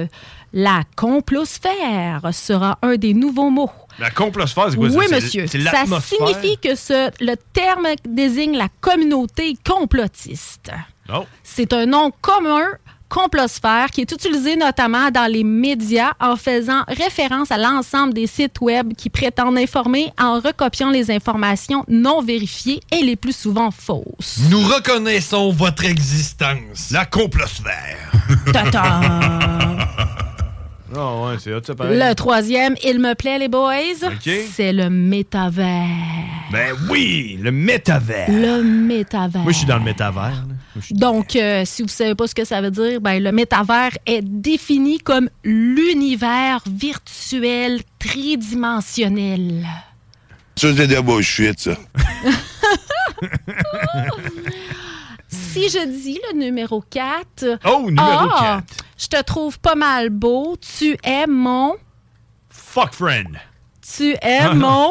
I: La complosphère sera un des nouveaux mots.
H: La complosphère, c'est quoi ça?
I: oui,
H: C'est-
I: monsieur.
H: C'est
I: Ça
H: l'atmosphère.
I: signifie que ce, le terme désigne la communauté complotiste.
H: Non.
I: C'est un nom commun, complosphère, qui est utilisé notamment dans les médias en faisant référence à l'ensemble des sites web qui prétendent informer en recopiant les informations non vérifiées et les plus souvent fausses.
J: Nous reconnaissons votre existence. La complosphère.
H: Non, Ah, ouais, c'est hot, ça, pareil.
I: Le troisième, il me plaît, les boys,
H: OK.
I: c'est le métavers.
H: Ben oui, le métavers.
I: Le métavers.
H: Ah. Moi, je suis dans le métavers. là.
I: Donc, euh, si vous savez pas ce que ça veut dire, ben, le métavers est défini comme l'univers virtuel tridimensionnel.
S: Ça, c'est de la bullshit, ça.
I: Si je dis le numéro 4...
S: Oh, numéro
I: Je te trouve pas mal beau. Tu es mon...
H: Fuck friend.
I: Tu
H: Ah,
I: es mon...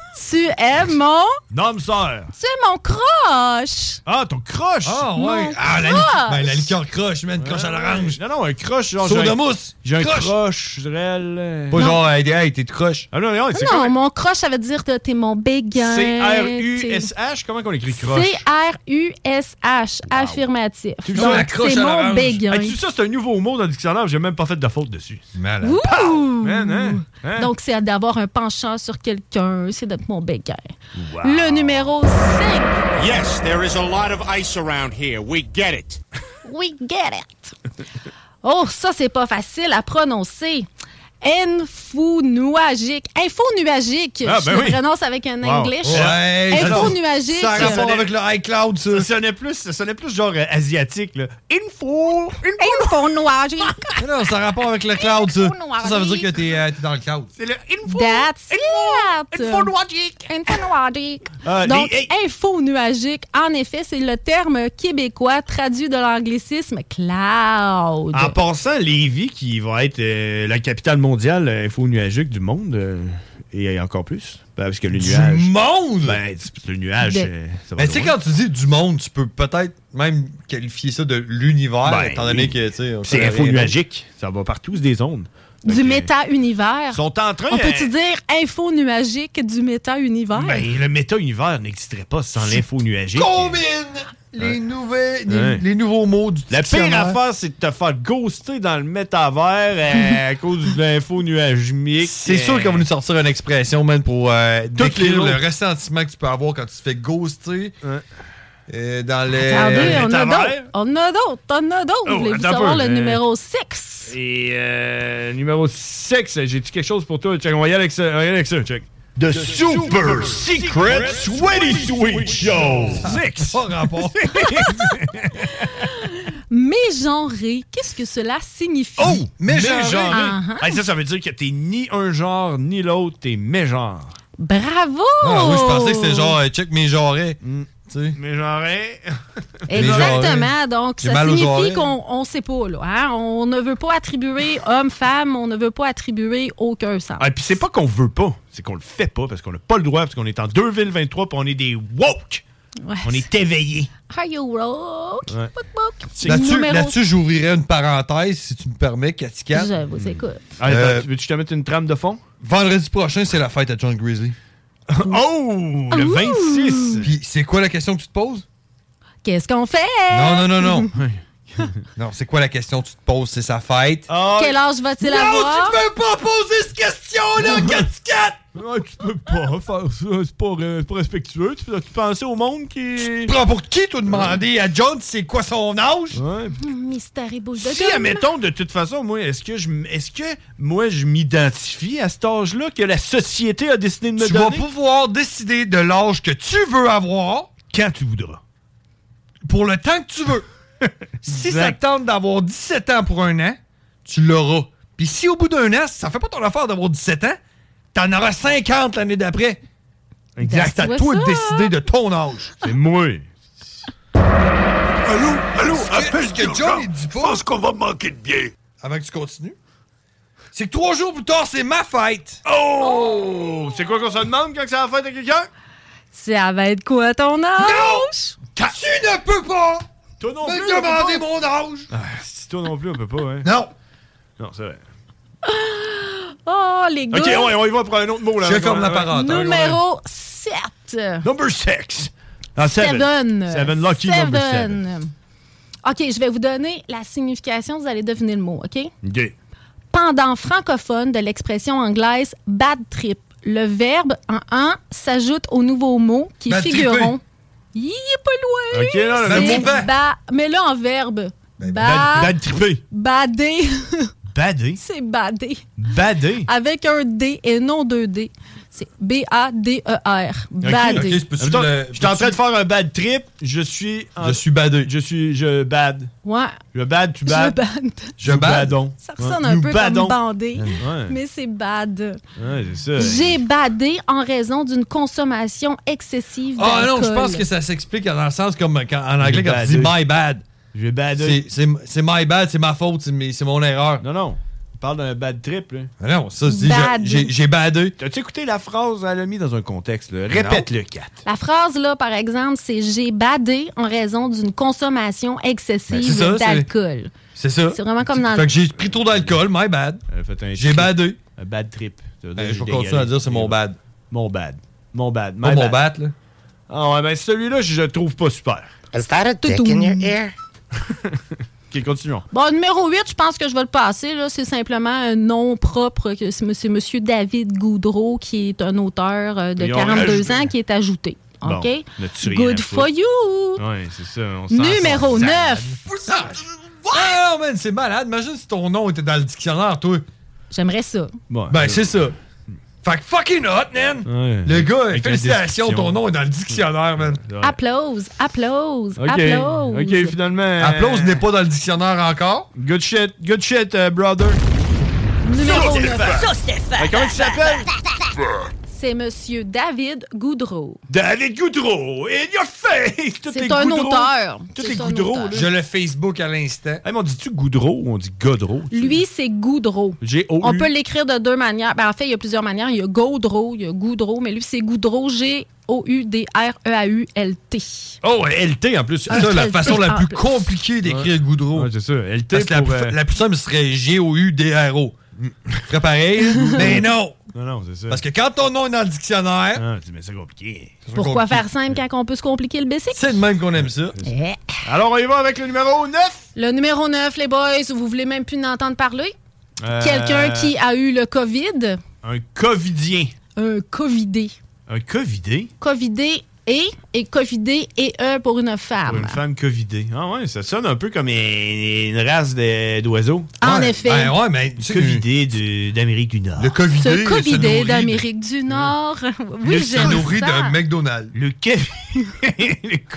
I: Tu es mon...
H: Non, sœur.
I: Tu es mon croche.
H: Ah, ton croche!
J: Ah,
I: Mon
J: ouais. Ah, la, li-
I: croche.
J: ben, la liqueur croche, man. Croche à l'orange.
H: Non, non, un croche, genre.
J: Soda
H: j'ai un-
J: mousse.
H: J'ai un
J: Croche.
H: croche, je dirais. là.
J: Pas genre, hey, hey, t'es de croche.
H: Ah non, non, <laughs> c'est
I: non,
H: quoi?
I: mon croche, ça veut dire que t'es mon béguin.
H: C-R-U-S-H, comment qu'on écrit croche?
I: C-R-U-S-H, affirmatif. Donc, c'est mon hein. béguin.
H: Hey, tu sais ça, c'est un nouveau mot dans le dictionnaire, j'ai même pas fait de faute dessus.
J: Malade.
I: Ouh!
H: Man, hein? Hein?
I: Donc, c'est d'avoir un penchant sur quelqu'un, c'est d'être mon béguin.
H: Wow.
I: Le numéro 5.
T: Yes, there is a lot of ice around here. We get it.
I: We get it.
H: <laughs>
I: Oh, ça, c'est pas facile à prononcer. Info-nuagique. Info-nuagique.
H: Ah, ben
I: je
H: oui.
I: le prononce avec un
H: Wow.
I: English.
H: Ouais, j'adore.
I: Info-nuagique.
H: Ça a rapport avec le
J: iCloud,
H: ça. Ça sonnait plus, ça sonnait plus genre euh, asiatique, là.
I: Info. Info-nuagique.
J: Non, ça a rapport avec le cloud, ça. Ça, ça veut dire que t'es euh, t'es dans le cloud.
H: C'est le info.
I: That's it.
H: Info-nuagique.
I: Info-nuagique.
J: Ah,
I: Donc,
J: les- hey.
I: info-nuagique, en effet, c'est le terme québécois traduit de l'anglicisme cloud.
H: En passant, Lévis, qui va être euh, la capitale mondiale euh, info-nuagique du monde, euh, et encore plus, Ben, parce que le
J: Du
H: nuage...
J: monde?
H: Ben, c'est- le nuage,
J: Mais-
H: euh, ça va
J: Mais tu sais,
H: loin.
J: quand tu dis du monde, tu peux peut-être même qualifier ça de l'univers,
H: Ben,
J: étant donné
H: oui.
J: que, tu sais... on
H: C'est
J: connaît rien.
H: info-nuagique. Ça va partout, c'est des ondes.
I: du méta-univers.
H: Ils sont en train...
I: On peut-tu
H: euh,
I: dire info-nuagique du méta-univers?
H: Ben, le méta-univers n'existerait pas sans l'info-nuagique.
J: Combine les,
H: Ouais.
J: nouvelles, les,
H: Ouais.
J: les nouveaux mots du
H: La pire
J: dictionnaire.
H: affaire, c'est de te faire ghoster dans le métavers euh,
J: <laughs>
H: à cause de l'info nuagique. euh.
J: C'est sûr qu'on va nous sortir une expression, man, pour euh, décrire
H: les
J: le
H: autres.
J: ressentiment que tu peux avoir quand tu te fais ghoster euh, dans le...
I: Attendez, on a
J: métavers.
I: d'autres. On a d'autres. On a d'autres.
H: Oh,
I: Voulez-vous
H: attends
I: savoir
H: un peu,
I: le
H: euh,
I: numéro 6?
H: Et euh, numéro 6, j'ai-tu quelque chose pour toi? Check, on va y aller avec ça. on va y aller avec ça, check. The,
S: Super Secret Sweaty Sweet Show.
H: Six.
J: Pas
H: <laughs>
J: rapport.
I: Mégenré, qu'est-ce que cela signifie?
H: Oh! Mégenré!
I: Ah, ah.
H: Hey, ça, ça veut dire que t'es ni un genre ni l'autre, t'es mégenre.
I: Bravo!
J: Ah
H: Oh.
J: oui, je pensais que c'était genre, euh, check mes genrets.
H: Mm.
J: tu sais.
H: Mégenré.
I: Exactement. Donc,
J: J'ai
I: ça
J: mal aux
I: signifie
J: oreilles.
I: qu'on on sait pas. Là, hein? On ne veut pas attribuer homme-femme, on ne veut pas attribuer aucun sens.
H: Ah, puis c'est pas qu'on veut pas, c'est qu'on le fait pas parce qu'on n'a pas le droit, parce qu'on est en 2023 puis on est des woke.
I: Ouais.
H: On <laughs> est éveillés.
I: Are you woke?
J: Ouais.
I: Bouk, bouk.
J: Là-dessus,
I: Numéro-
J: là-dessus, j'ouvrirais une parenthèse, si tu me permets, Cathy Cat.
I: Je vous écoute.
H: Hey, Ah, attends, veux-tu te mettre une trame de fond?
J: Euh, Vendredi prochain, c'est la fête à John Grizzly.
H: <laughs> oh!
I: le Ouh!
H: 26!
J: Puis c'est quoi la question que tu te poses?
I: Qu'est-ce qu'on fait?
J: Non, non, non, non. <laughs> non, c'est quoi la question que tu te poses? C'est sa fête.
I: <laughs>
H: Ah, euh,
I: Quel âge va-t-il
J: Non,
I: avoir?
J: tu peux pas poser
H: <laughs>
J: cette question-là, Cathy Cat!
H: tu peux pas faire ça, c'est pas, respectueux. Tu, pensais au monde qui. Tu
J: te prends pour qui, tout demander à John c'est quoi son âge?
I: Mmh, Mystère et boule de
H: Si,
I: gomme.
H: admettons, de toute façon, moi, est-ce que je m- est-ce que moi je m'identifie à cet âge-là que la société a décidé de me
J: Tu vas
H: donner?
J: pouvoir décider de l'âge que tu veux avoir
H: quand tu voudras.
J: Pour le temps que
H: <laughs>
J: tu veux. si ça te tente d'avoir 17 ans pour un an, tu l'auras. Puis si au bout d'un an, ça fait pas ton affaire d'avoir 17 ans, t'en auras 50 l'année d'après. Exact. C'est à
H: Ben,
J: toi de
H: tu vois ça.
J: décider de ton âge.
H: C'est moi.
J: Allô,
S: Allô,
J: appelle
S: appelle
J: ce que John, il dit
S: Je pense qu'on va manquer de bien.
J: Avant que tu continues. C'est que trois jours plus tard, c'est ma fête.
H: Oh! C'est quoi qu'on se demande quand c'est la fête de quelqu'un?
I: Ça va être quoi ton âge?
J: Tu ne peux pas
H: Toi non
J: me
H: plus,
J: demander
H: on peut
J: mon âge.
H: Si toi non plus, on peut pas, hein?
J: Non!
H: Non, c'est vrai.
I: Oh, les gars!
H: Ok, ouais, on y va pour un autre mot là.
J: Je ferme la parole.
H: parade.
I: Numéro 7.
H: Number 6. Ah, seven.
I: Seven.
H: Seven, lucky number seven.
I: OK, je vais vous donner la signification, vous allez deviner le mot, OK?
H: Ok.
I: Pendant francophone de l'expression anglaise bad trip, le verbe en un s'ajoute aux nouveaux mots qui
H: Bad
I: figureront. Il est pas loin.
H: Ok, là, le
I: C'est
H: mot bad.
I: ba- mais là en verbe.
H: Bad,
I: Ba-
H: bad trippé.
I: badé.
H: Badé.
I: <laughs> C'est badé.
H: Badé.
I: Avec un D et non deux D. C'est E B-A-D-E-R. Badé.
H: Admettons, Je suis en train de faire un bad trip. Je suis. Je suis
J: badé.
H: Je suis. Je bad.
I: Ouais.
H: Je bad, tu
I: Je
H: bad.
I: bad.
H: Je badon.
I: Ça ressemble un
H: Nous
I: peu
H: badons.
I: comme bandé,
H: Ouais.
I: mais c'est bad.
H: Ouais, c'est ça.
I: J'ai badé en raison d'une consommation excessive
J: Ah
I: d'alcool.
J: non, je pense que ça s'explique dans le sens comme quand- en anglais
H: J'ai
J: quand tu dis
H: badé.
J: my bad.
H: Je vais bader.
J: C'est- C'est c'est my bad, c'est ma faute, c'est mes- c'est mon erreur.
H: Non, non. On parle d'un bad trip, là.
J: Ah non, ça, se dit,
I: Bad.
J: j'ai- j'ai j'ai badé.
H: T'as-tu écouté la phrase? Elle l'a mis dans un contexte, là. Répète-le, Kat.
I: La phrase là, par exemple, c'est j'ai badé en raison d'une consommation excessive
J: Ben, c'est ça, c'est-
I: d'alcool.
J: C'est ça.
I: C'est vraiment comme dans
J: Fait que j'ai pris trop d'alcool, my bad. J'ai
H: trip.
J: badé.
H: Un bad trip. Ça veut dire
J: Eh,
H: j'ai
J: je vais
H: dégueulé.
J: continuer à dire c'est mon bad.
H: Mon bad. Mon bad.
J: Pas
H: My
J: mon bad, là.
H: Ah ouais, ben celui-là, je le trouve pas super.
I: Is that a dick in your ear?
H: OK, continuons.
I: Bon, numéro 8, je pense que je vais le passer. là. C'est simplement un nom propre. que C'est c'est Monsieur David Goudreau, qui est un auteur euh, de
H: Ils ont
I: 42
H: rajouté.
I: ans, qui est ajouté.
H: Bon,
I: OK?
H: ne tuez rien à
I: Good for
H: foutre.
I: you!
H: Ouais, c'est ça. on s'en
I: Numéro
H: sort.
I: 9.
J: Ah, man, c'est malade. Imagine si ton nom était dans le dictionnaire, toi.
I: J'aimerais ça.
J: ben, c'est ça. Fait que fucking hot, man! Le gars,
H: Avec la
J: félicitations,
H: description.
J: ton nom est dans le dictionnaire, man.
I: Applause, applause,
H: Ok.
I: applause.
H: Ok, finalement.
J: Applause n'est pas dans le dictionnaire encore.
H: Euh, Good shit, good shit, euh, brother.
I: Numéro neuf. Bah,
H: Ça, Fait comment il s'appelle?
I: C'est Monsieur David Goudreau.
H: David Goudreau, in your face! Tout
I: C'est
H: est
I: un
H: Goudreau.
I: auteur.
H: Tout
I: C'est
H: est
I: un
H: Goudreau,
I: auteur.
H: là.
J: Je le Facebook à l'instant.
H: Hey, mais on dit-tu Goudreau ou on dit Godreau?
I: Lui, c'est Goudreau.
H: J'ai o
I: On peut l'écrire de deux manières. Ben, en fait, il y a plusieurs manières. Il y a Gaudreau, il y a Goudreau, mais lui, c'est Goudreau, E G-O-U-D-R-E-A-U-L-T.
H: Oh, LT en plus.
J: Ah, ça, la façon la plus compliquée d'écrire Goudreau.
H: c'est ça. LT
J: Parce que la,
H: pour,
J: plus,
H: euh,
J: la plus simple serait G-O-U-D-R-O. Ferait pareil,
H: <laughs>
J: mais non!
H: Non, non, c'est ça.
J: Parce que quand ton nom est dans le dictionnaire.
H: Ah, tu mets ça compliqué.
I: Pourquoi faire simple quand on peut se compliquer le basic?
J: C'est de même qu'on aime ça.
I: Eh.
H: Alors, on y va avec le numéro 9.
I: Le numéro 9, les boys, vous voulez même plus en entendre parler?
H: Euh,
I: Quelqu'un qui a eu le COVID,
H: Un Covidien.
I: un COVIDé.
H: Un Covidé?
I: COVIDé et, et COVIDé et E pour une
H: Pour
I: femme.
H: une femme Covidée. Ah ouais, ça sonne un peu comme une, une race de- d'oiseaux.
I: En Ouais, effet. ben ouais,
J: mais...
H: Covidé de- d'Amérique du Nord.
J: Le Covidé.
I: Ce COVIDé d'Amérique du Nord. <laughs> Oui, j'aime ça.
J: McDonald's.
H: Le, <laughs>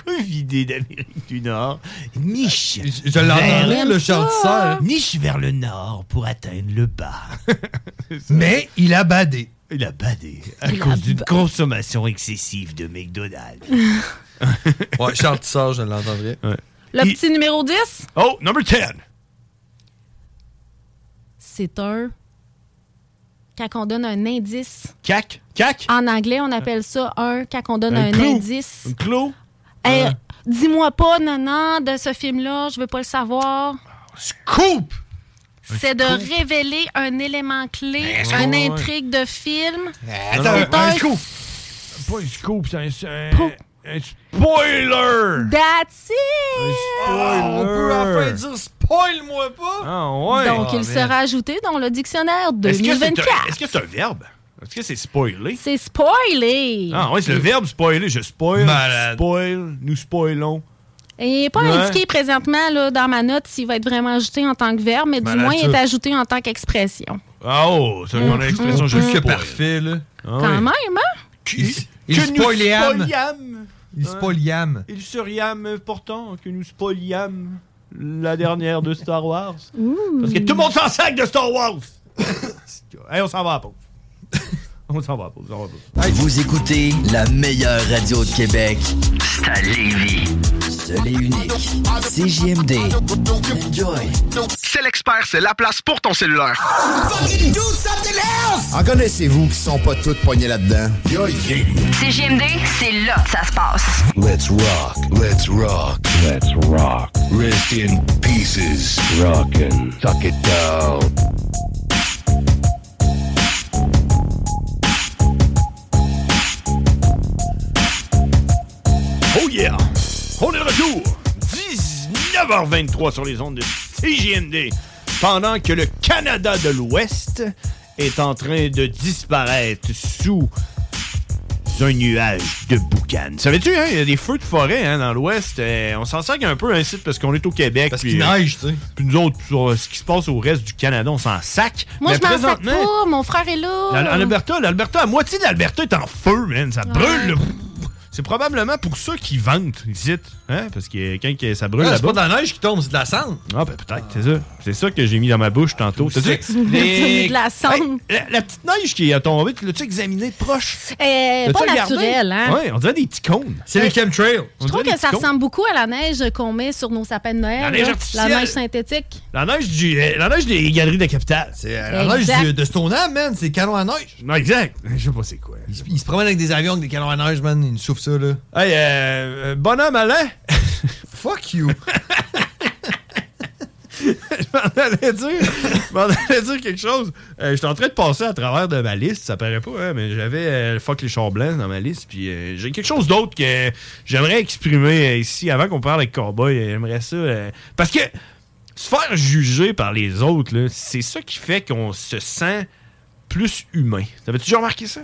H: Covidé d'Amérique du Nord niche.
J: je l'ai
H: Ben,
J: entendu, J'aime le ça. chantisseur.
H: Niche vers le nord pour atteindre le bas.
J: Mais il a badé.
H: Il a badé à
J: Il a
H: cause d'une
J: ba-
H: consommation excessive de McDonald's.
J: <laughs> ouais, Charles Tissard, je l'entendrai.
I: Le petit numéro 10,
H: Oh, number 10.
I: c'est un... Quand on donne un indice.
H: Cac. Cac.
I: En anglais, on appelle ça un... Quand on donne un,
H: Un clou.
I: indice.
H: Un clou.
I: Hey, Dis-moi pas, non, non, de ce film-là, je veux pas le savoir.
J: Scoop!
I: C'est de révéler un élément clé,
H: Un scoop.
I: une
H: Ouais, ouais.
I: intrigue de film.
H: Attends,
I: C'est
H: un
I: un
H: scoop. Pas un scoop, c'est un, c'est un, un spoiler.
I: That's
H: Un
I: it!
H: spoiler.
J: spoil-moi pas!
H: Ah ouais.
I: Donc,
H: Ah, man.
I: il sera ajouté dans le dictionnaire
H: Est-ce que c'est un-
I: 2024.
H: Est-ce que c'est un verbe? Est-ce que c'est spoiler?
I: C'est spoilé!
H: Ah ouais, c'est le verbe spoiler. Je spoil,
J: Malade.
H: tu spoil, nous spoilons.
I: Il n'est pas
H: Ouais.
I: indiqué présentement là, dans ma note s'il va être vraiment ajouté en tant que verbe, mais
H: Malade,
I: du moins, il est
H: ça.
I: ajouté en tant qu'expression.
H: Ah oh, c'est une expression, je
J: Plus que
H: spoil. Ah
J: parfait, là.
I: Mm-hmm. Quand même, hein?
J: Il,
H: Que
J: il
H: nous
J: spoiliam.
H: spoiliam.
J: Il spoiliam.
H: Il seriam pourtant que nous spoiliam la dernière de Star Wars. Parce que tout le monde s'en sac de Star Wars. <laughs> hey, on s'en va à la pause. <laughs> on s'en va à la pause. on s'en va à la pause.
U: Vous écoutez la meilleure radio de Québec. C'est à Lévis. Seul et unique. CJMD. Enjoy.
T: C'est l'expert, c'est la place pour ton cellulaire.
D: En connaissez-vous qui sont pas toutes poignées là-dedans? Yo,
V: CGMD, c'est là que ça se passe.
D: Let's rock, let's rock, let's rock. Rest in pieces. Rockin', tuck it down.
H: Oh yeah! On est de retour! 19h23 sur les ondes de CGMD. Pendant que le Canada de l'Ouest est en train de disparaître sous un nuage de boucan. Savais-tu, hein, il y a des feux de forêt hein, dans l'Ouest. euh, on s'en sert un peu ainsi parce qu'on est au Québec. Parce
J: qu'il neige,
H: tu sais. Puis nous autres, sur, euh, ce qui se passe au reste du Canada, on s'en sac.
I: Moi,
H: Mais
I: je m'en sers
H: présentement,
I: pas, mon frère est là.
H: L'Al- En Alberta, l'Alberta, la moitié de l'Alberta est en feu, man. Ça brûle. là. C'est probablement pour ça qu'ils vantent ici. Hein? Parce que quand que ça brûle
J: Ah,
H: là-bas...
J: c'est pas de la neige qui tombe, c'est de la cendre.
H: Ah, ben peut-être, c'est ça. C'est ça que j'ai mis dans ma bouche tantôt. T'as-tu-
J: sexe.
I: <laughs> C'est de la cendre.
H: Hey, la, la petite neige qui est tombée, tu l'as-tu examinée de proche?
I: Euh,
H: L'as-tu
I: pas
H: regardée?
I: naturel, hein? Eh,
H: Ouais, on dirait des petits cônes.
J: C'est les chemtrails.
I: Je trouve que ça ressemble beaucoup à la neige qu'on met sur nos sapins de Noël.
H: La neige
I: là.
H: artificielle.
I: La neige synthétique.
H: La neige, du, euh, la neige des galeries de la capitale.
J: C'est euh, La neige de, de Stoneham, man, c'est canon à neige.
H: Non, exact. Je sais pas c'est quoi.
J: Ils, ils se promènent avec des avions, avec des canons à neige, man, ils nous souffrent ça, là.
H: Hey, euh, euh, bonhomme Alain!
J: <laughs> Fuck you!
H: je m'en allais dire, je m'en allais dire quelque chose. Euh, J'étais en train de passer à travers de ma liste, ça paraît pas, hein, mais j'avais euh, fuck les chars blancs dans ma liste. Puis euh, j'ai quelque chose d'autre que j'aimerais exprimer euh, ici avant qu'on parle avec Cowboy. euh, J'aimerais ça. euh, parce que se faire juger par les autres, là, c'est ça qui fait qu'on se sent plus humain. T'avais-tu déjà remarqué ça?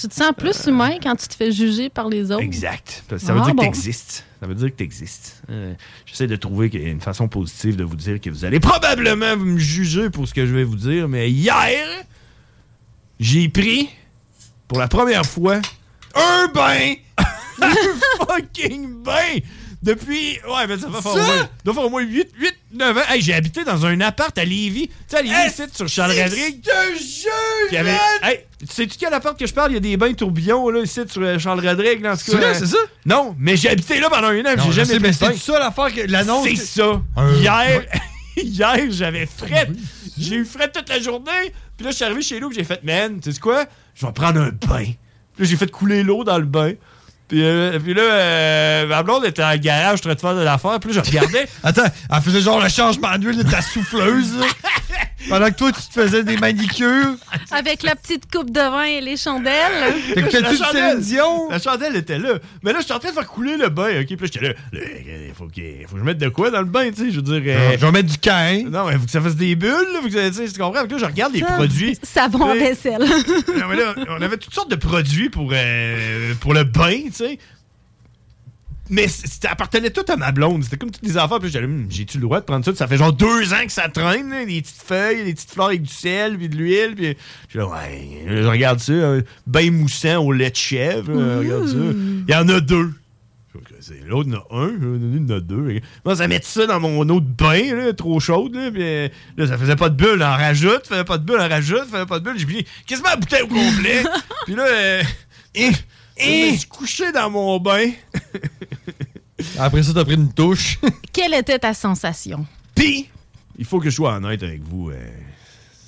I: Tu te sens plus humain quand tu te fais juger par les autres.
H: Euh, Exact. Parce que Ça veut
I: Ah,
H: dire que
I: bon.
H: t'existes. Ça veut dire que t'existes. Euh, J'essaie de trouver qu'il y a une façon positive de vous dire que vous allez probablement me juger pour ce que je vais vous dire, mais hier, j'ai pris, pour la première fois, un
J: <laughs>
H: bain! un fucking bain! Depuis, ouais, ben ça fait fort
Q: Ça?
H: moins, ça doit faire au moins 8, 8, 9 ans. Hey, j'ai habité dans un appart à Lévis. Tu sais, à Lévis, c'est sur Charles Radrigue. Puis il y avait- Hey, sais-tu quel appart que je parle? Il y a des bains tourbillons, là, ici, sur euh, Charles Rodrigue, dans ce
J: C'est
H: cas-là.
J: là, c'est ça?
H: Non, mais j'ai habité là pendant un an,
J: Non,
H: j'ai
J: je
H: jamais
J: sais,
H: pris
J: mais
H: de bain.
J: c'est ça l'affaire que- l'annonce
H: C'est
J: que-
H: ça.
J: Un-
H: Hier, <laughs> hier j'avais fret. J'ai eu fret toute la journée. Puis là, je suis arrivé chez nous, puis j'ai fait, man, tu sais quoi? Je vais prendre un bain. Puis là, j'ai fait couler l'eau dans le bain. Puis, euh, puis là, euh, ma blonde était en garage, je train de faire de l'affaire. Puis là, je
J: <laughs>
H: regardais.
J: Attends, elle faisait genre le changement d'huile de ta souffleuse,
H: <laughs>
J: là. Pendant que toi, tu te faisais des manicures.
I: Avec la petite coupe de vin et les chandelles.
H: La chandelle- La chandelle était là. Mais là, je suis en train de faire couler le bain, OK? Puis là, j'étais là, Là, il faut, qu'il- faut que je mette de quoi dans le bain, tu sais? Je veux dire... euh,
J: Je vais mettre du cain.
H: Non, mais faut que ça fasse des bulles, là, faut que ça- tu sais, tu comprends? Fait que là, je regarde les produits.
I: Savon à
H: Tu sais, <laughs>
I: vaisselle.
H: non, mais là, on avait toutes sortes de produits pour, euh, pour le bain, tu sais. Mais c- ça appartenait tout à ma blonde. C'était comme toutes des affaires. Puis j'allais, hmm, j'ai-tu le droit de prendre ça? Puis Ça fait genre deux ans que ça traîne, là, des petites feuilles, des petites fleurs avec du sel, puis de l'huile. Puis je ouais, là, je regarde ça, un bain moussant au lait de chèvre. là, regarde ça.
Q: Ouh.
H: Il y en a deux. C'est- L'autre, il y en a un, l'autre, il y en a deux. Moi, ça mettre ça dans mon autre bain, là, trop chaude. Là, puis, euh, là, ça faisait pas de bulle, en rajoute, faisait pas de bulle, en rajoute, faisait pas de bulle. J'ai pris quasiment la bouteille au <laughs> complet. puis là, euh, hein, je me suis couché dans mon bain.
J: Après ça, t'as pris une touche.
I: Quelle était ta sensation?
H: Puis, il faut que je sois honnête avec vous, euh,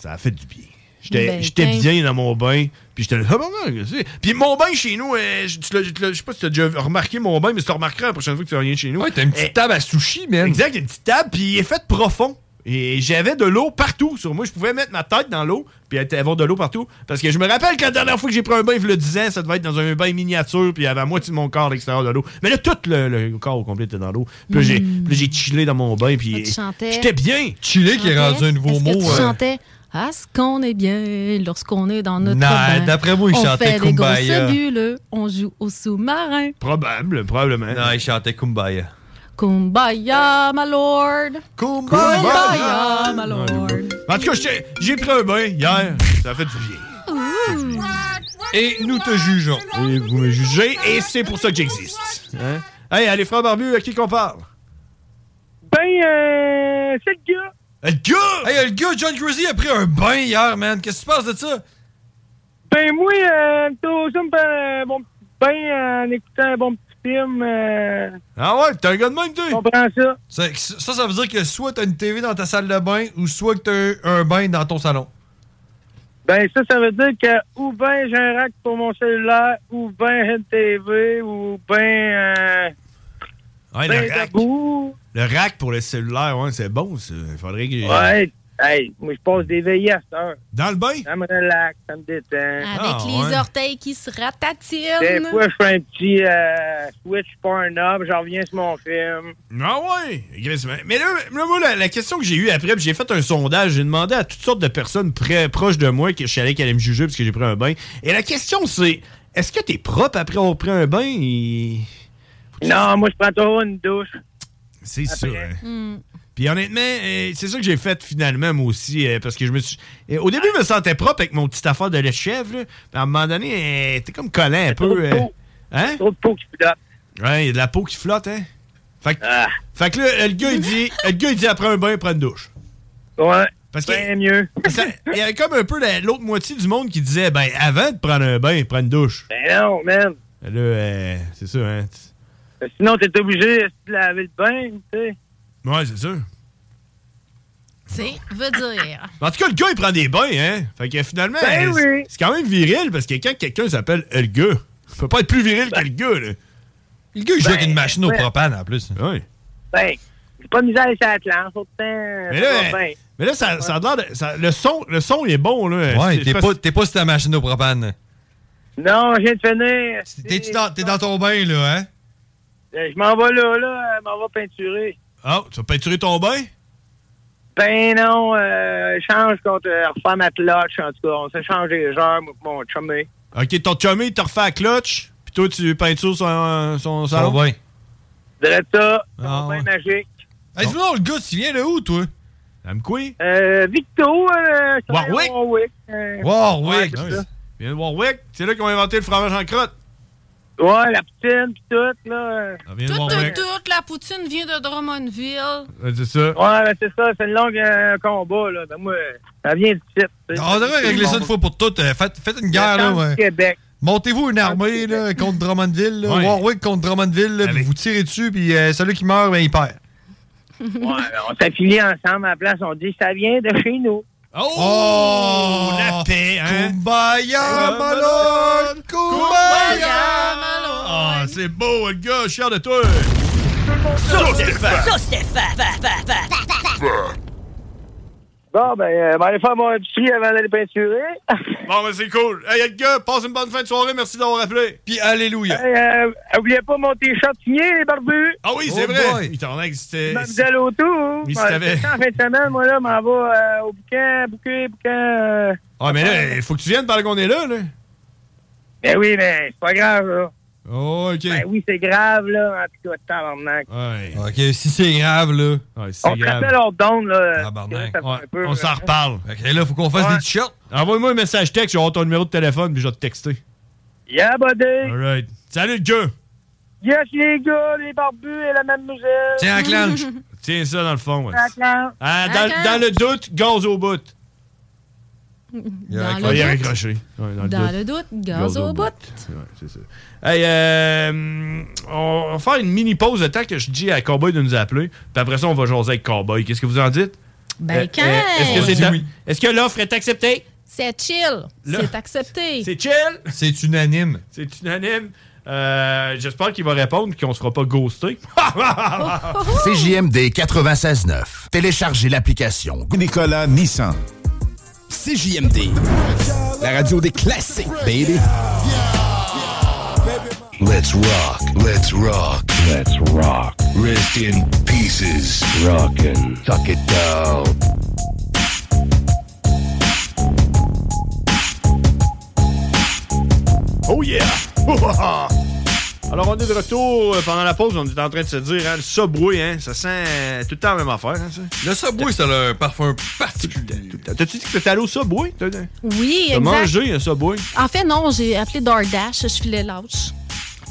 H: ça a fait du bien. J'étais
I: Ben,
H: j'étais
I: ben.
H: bien dans mon bain, puis j'étais là, ah, bon, non, qu'est-ce que c'est? Puis mon bain chez nous, euh, je tu l'as- tu l'as- je sais pas si t'as déjà remarqué mon bain, mais tu le remarqueras la prochaine fois que tu reviens chez nous. Ouais, t'as une petite table à sushi, man. Exact, une petite table, puis il est fait profond. Et j'avais de l'eau partout sur moi. Je pouvais mettre ma tête dans l'eau, puis avoir de l'eau partout. Parce que je me rappelle que la dernière fois que j'ai pris un bain, il y a 10 ans, ça devait être dans un bain miniature, puis il y avait à moitié de mon corps à l'extérieur de l'eau. Mais là, tout le, le corps au complet était dans l'eau. Puis là, j'ai-
I: Hmm.
H: puis là, j'ai chillé dans mon bain, puis
I: Tu chantais.
H: J'étais bien.
J: Chiller qui est rendu un nouveau
I: Est-ce que
J: mot.
I: tu
J: euh,
I: chantais à ce qu'on est bien lorsqu'on est dans notre
J: Non,
I: bain.
J: d'après moi, il
I: on
J: chantait
I: fait des grosses
J: Kumbaya.
I: bulles, on joue au sous-marin.
H: Probable, probablement.
J: Non, il chantait Kumbaya.
I: Kumbaya, my lord.
H: Kumbaya. Ah,
I: Kumbaya, my lord.
H: En tout cas, j'étais- j'ai pris un bain hier. Ça fait du bien. Et nous te jugeons. Et vous me jugez, et c'est pour ça que j'existe. Hein? Hey, allez, frère Barbu, à qui qu'on parle?
J: Ben, euh, c'est le gars.
H: Le gars!
J: Hey, le gars, John Cruzy a pris un bain hier, man. Qu'est-ce qui se passe de ça?
W: <laughs> Ben moi, euh, tout ça me fait un euh, bon petit bain en écoutant un bon petit film. euh,
H: Ah ouais, t'es un gars de même, tu
W: comprends ça.
J: C'est- Ça, ça veut dire que soit t'as une TV dans ta salle de bain ou soit que t'as un, un bain dans ton salon.
W: Ben ça, ça veut dire que ou ben j'ai un rack pour mon cellulaire, ou ben j'ai une TV, ou ben... euh,
H: Ouais,
W: ben,
H: le rack.
W: debout.
H: Le rack pour le cellulaire, ouais, c'est bon, ça. Il faudrait que...
W: Ouais, hey, moi je passe des veillées à cette heure.
H: Dans le bain? Ah,
W: Ça me relaxe, ça me détend.
I: Ah, Avec les orteils qui se
W: Des
I: ratatinent.
W: fois, je fais un petit euh, switch porn-up, j'en reviens sur mon film.
H: Ah ouais! Chris, Mais mais là, là, moi, la, la question que j'ai eue après, puis j'ai fait un sondage, j'ai demandé à toutes sortes de personnes très proches de moi que je savais qu'elles allaient me juger parce que j'ai pris un bain. Et la question, c'est est-ce que t'es propre après avoir pris un bain? Et-
W: Non, moi, je prends toujours une douche.
H: C'est
W: Après.
H: ça, hein. Puis honnêtement, euh, c'est ça que j'ai fait finalement, moi aussi, euh, parce que je me suis. euh, au début, je me sentais propre avec mon petit affaire de lait de chèvre, là. Puis à un moment donné, euh, t'es comme collant un peu. euh, hein? Trop
W: de peau qui flotte. Ah.
H: Ouais, il y a de la peau qui flotte, hein? Fait que, fait que là, euh, le gars, il dit, euh, le gars, il dit après un bain, prends une douche.
W: Ouais.
H: <laughs> Parce que.
W: bien mieux.
H: Ça- Il y avait comme un peu la- l'autre moitié du monde qui disait, ben, avant de prendre un bain, prends une douche.
W: Ben non, man.
H: Là, euh, c'est ça, hein?
W: Sinon, t'es obligé de laver le bain, tu sais.
H: Ouais, c'est sûr.
I: C'est veut dire.
H: En tout cas, le gars, il prend des bains, hein? Fait que finalement,
I: Ben
H: euh, c'est- c'est quand même viril parce que quand quelqu'un s'appelle euh, le gars, il peut pas être plus viril que le gars, là. Le gars,
W: il joue Ben, avec une machine au ouais.
H: propane en plus. Oui.
W: Ben, j'ai pas de misère à la planche, autant. Ben,
H: Mais là, mais là ça, ça a l'air de- ça- le, son, le son, il est bon, là.
J: Ouais,
H: Eh, C'est-
J: t'es
H: parce-
J: pas, t'es pas sur ta machine au propane.
W: Non, je viens de finir.
J: T'es-tu dans, t'es dans ton bain, là, hein?
W: Euh, Je m'en vais là, là, je m'en vais peinturer.
H: Ah, tu vas peinturer ton bain?
W: Ben non, euh, change contre euh, refaire ma clutch, en tout cas. On s'échange des heures, moi, pis mon chumé.
H: OK, ton chummy, il te refait la clutch, puis toi, tu peintures son, son salon?
J: bain.
W: Drette ça,
H: Ah,
W: c'est
H: ouais.
W: bien magique.
J: Hey, sinon, le gars, tu viens de où, toi?
H: Dame quoi?
W: Euh, Victo, euh, je travaille
H: Warwick?
W: à Warwick. euh,
H: Warwick! Ah
W: ouais, c'est ça.
H: Viens de Warwick, c'est là qu'ils ont inventé le fromage en crotte.
W: Ouais, la poutine, pis tout, là.
H: Ça vient de
I: Toute,
H: Warwick.
I: toute la poutine vient de Drummondville.
H: Ouais, C'est ça.
W: Ouais, ben c'est ça, c'est une longue euh, combat, là. Ben moi, ça vient du titre.
J: On devrait régler ça une fois pour toutes. Euh, Faites, faites une guerre, là.
W: Chambre
J: ouais.
W: du Québec.
J: Montez-vous une armée là, contre Drummondville, là,
W: Ouais.
J: Warwick contre Drummondville, là, puis vous tirez dessus, puis euh, celui qui meurt, ben, il perd.
W: Ouais, ben, on s'affilie ensemble à la place, on dit ça vient de chez nous.
H: Oh!
J: la
H: paix, hein?
J: Kumbaya, Malone!
H: Kumbaya, Malone! Ah, c'est beau, le gars, je suis fier de toi! Sauce Stéphane!
W: Bon, ben, euh, ben, aller faire mon épicerie avant d'aller peinturer. <laughs>
H: Bon, ben c'est cool. Hey, le gars, passe une bonne fin de soirée, merci d'avoir appelé.
J: Puis alléluia.
W: Hey, euh, oubliez pas mon t-shirt signé, les barbus.
H: Ah
J: Oh
H: oui, c'est vrai! Il t'en a que c'était.
W: Mademoiselle Auto.
H: Mais si
W: Ben,
H: t'avais-
W: En fin de semaine, moi, là, m'en va euh, au bouquin, bouquet, bouquin. euh,
H: Ah, mais là, il faut que tu viennes pendant qu'on est là, là.
W: Ben oui, mais c'est pas grave, là.
H: Oh, OK. Ah.
W: Ben oui, c'est grave, là. En tout cas, tabarnak.
H: Ouais.
J: OK, si c'est grave, là.
W: On se rappelle hors d'onde, là. Euh, Ça fait un peu,
H: On s'en
W: hein.
H: reparle.
J: OK, là, faut qu'on fasse
W: Ouais.
J: des t-shirts.
H: Envoie-moi un message texte, je vais avoir ton numéro de téléphone, puis je vais te texter.
W: Yeah, buddy.
H: All right. Salut, le gars!
W: Yes, les gars, les barbus et la même musique.
H: <laughs> Tiens ça dans le fond, ouais.
W: Tiens la clenche. Tiens
H: Ah,
W: la
H: dans,
W: clenche.
H: dans le doute, gaz au bout.
I: Dans
H: Ah, il a
I: le doute,
H: raccroché. Ouais, dans le
I: dans
H: doute.
I: le doute, gaz au bout.
H: Ouais, c'est ça. Hey, euh, on va faire une mini pause de temps que je dis à Cowboy de nous appeler. Puis après ça, on va jaser avec Cowboy. Qu'est-ce que vous en dites? Euh,
I: Ben, quand?
H: Est-ce que,
I: On dit
H: c'est- est-ce que l'offre est acceptée?
I: C'est chill.
H: Là.
I: C'est accepté.
H: <laughs> C'est chill?
J: C'est unanime.
H: C'est unanime. Euh, J'espère qu'il va répondre et qu'on se fera pas
I: <laughs>
H: ghoster.
E: CJMD 96.9. Téléchargez l'application Nicolas Nissan.
U: CJMD.
E: La radio des classiques, baby.
D: Let's rock. Let's rock. Let's rock. Rest in pieces. Rockin'. Tuck it down.
H: Oh yeah! <laughs> Alors, on est de retour euh, pendant la pause. On était en train de se dire, hein, le Subway, hein, ça sent euh, tout le temps la même affaire. Hein, ça.
J: Le Subway, ça a un parfum particulier.
H: T'as-tu dit que t'étais allé au Subway? T'as t'as
I: Oui, exact.
H: mangé un Subway?
I: En fait, non, j'ai appelé DoorDash, je filais lâche.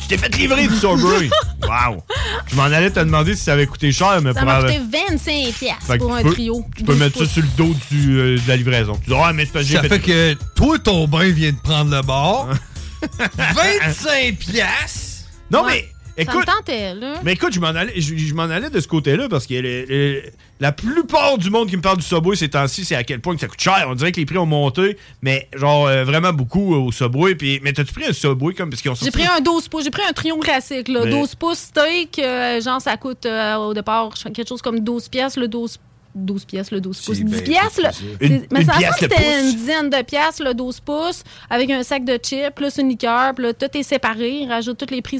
H: Tu t'es fait livrer du Subway! <laughs> wow! Je m'en allais te demander si ça avait coûté cher, mais
I: Ça m'a coûté
H: probablement-
I: 25$ piastres
H: Fait que
I: pour
H: tu
I: un
H: peux-
I: trio.
H: Tu peux
I: 12
H: mettre ça
I: pouces.
H: sur le dos du, euh, de la livraison. Tu dis, ah, mais c'est parce que j'ai
J: Ça fait que toi, ton bain vient de prendre le bord.
H: <laughs> 25 piastres? Non,
I: Ouais.
H: mais
I: Ça me hein?
H: écoute.
I: tentait, là.
H: Mais écoute, je m'en allais, je, je m'en allais de ce côté-là parce que le- le- la plupart du monde qui me parle du Subway ces temps-ci, c'est à quel point que ça coûte cher. On dirait que les prix ont monté, mais genre euh, vraiment beaucoup euh, au Subway. Puis, mais t'as-tu pris un Subway comme parce qu'ils ont
I: J'ai
H: sorti-
I: pris un 12 pouces, j'ai pris un trio classique, là.
H: Mais-
I: 12 pouces steak, euh, genre ça coûte euh, au départ je fais quelque chose comme 12 pièces, le 12 12 pièces, le 12 pouces.
H: bien
I: 10 pièces, là.
H: plus que ça.
I: C'est-
H: Une-
I: Mais
H: une
I: ça
H: pièce
I: semble
H: le
I: que c'était
H: pouce.
I: une dizaine de pièces, le 12 pouces, avec un sac de chips, plus une liqueur, puis là, tout est séparé. Rajoute tous les prix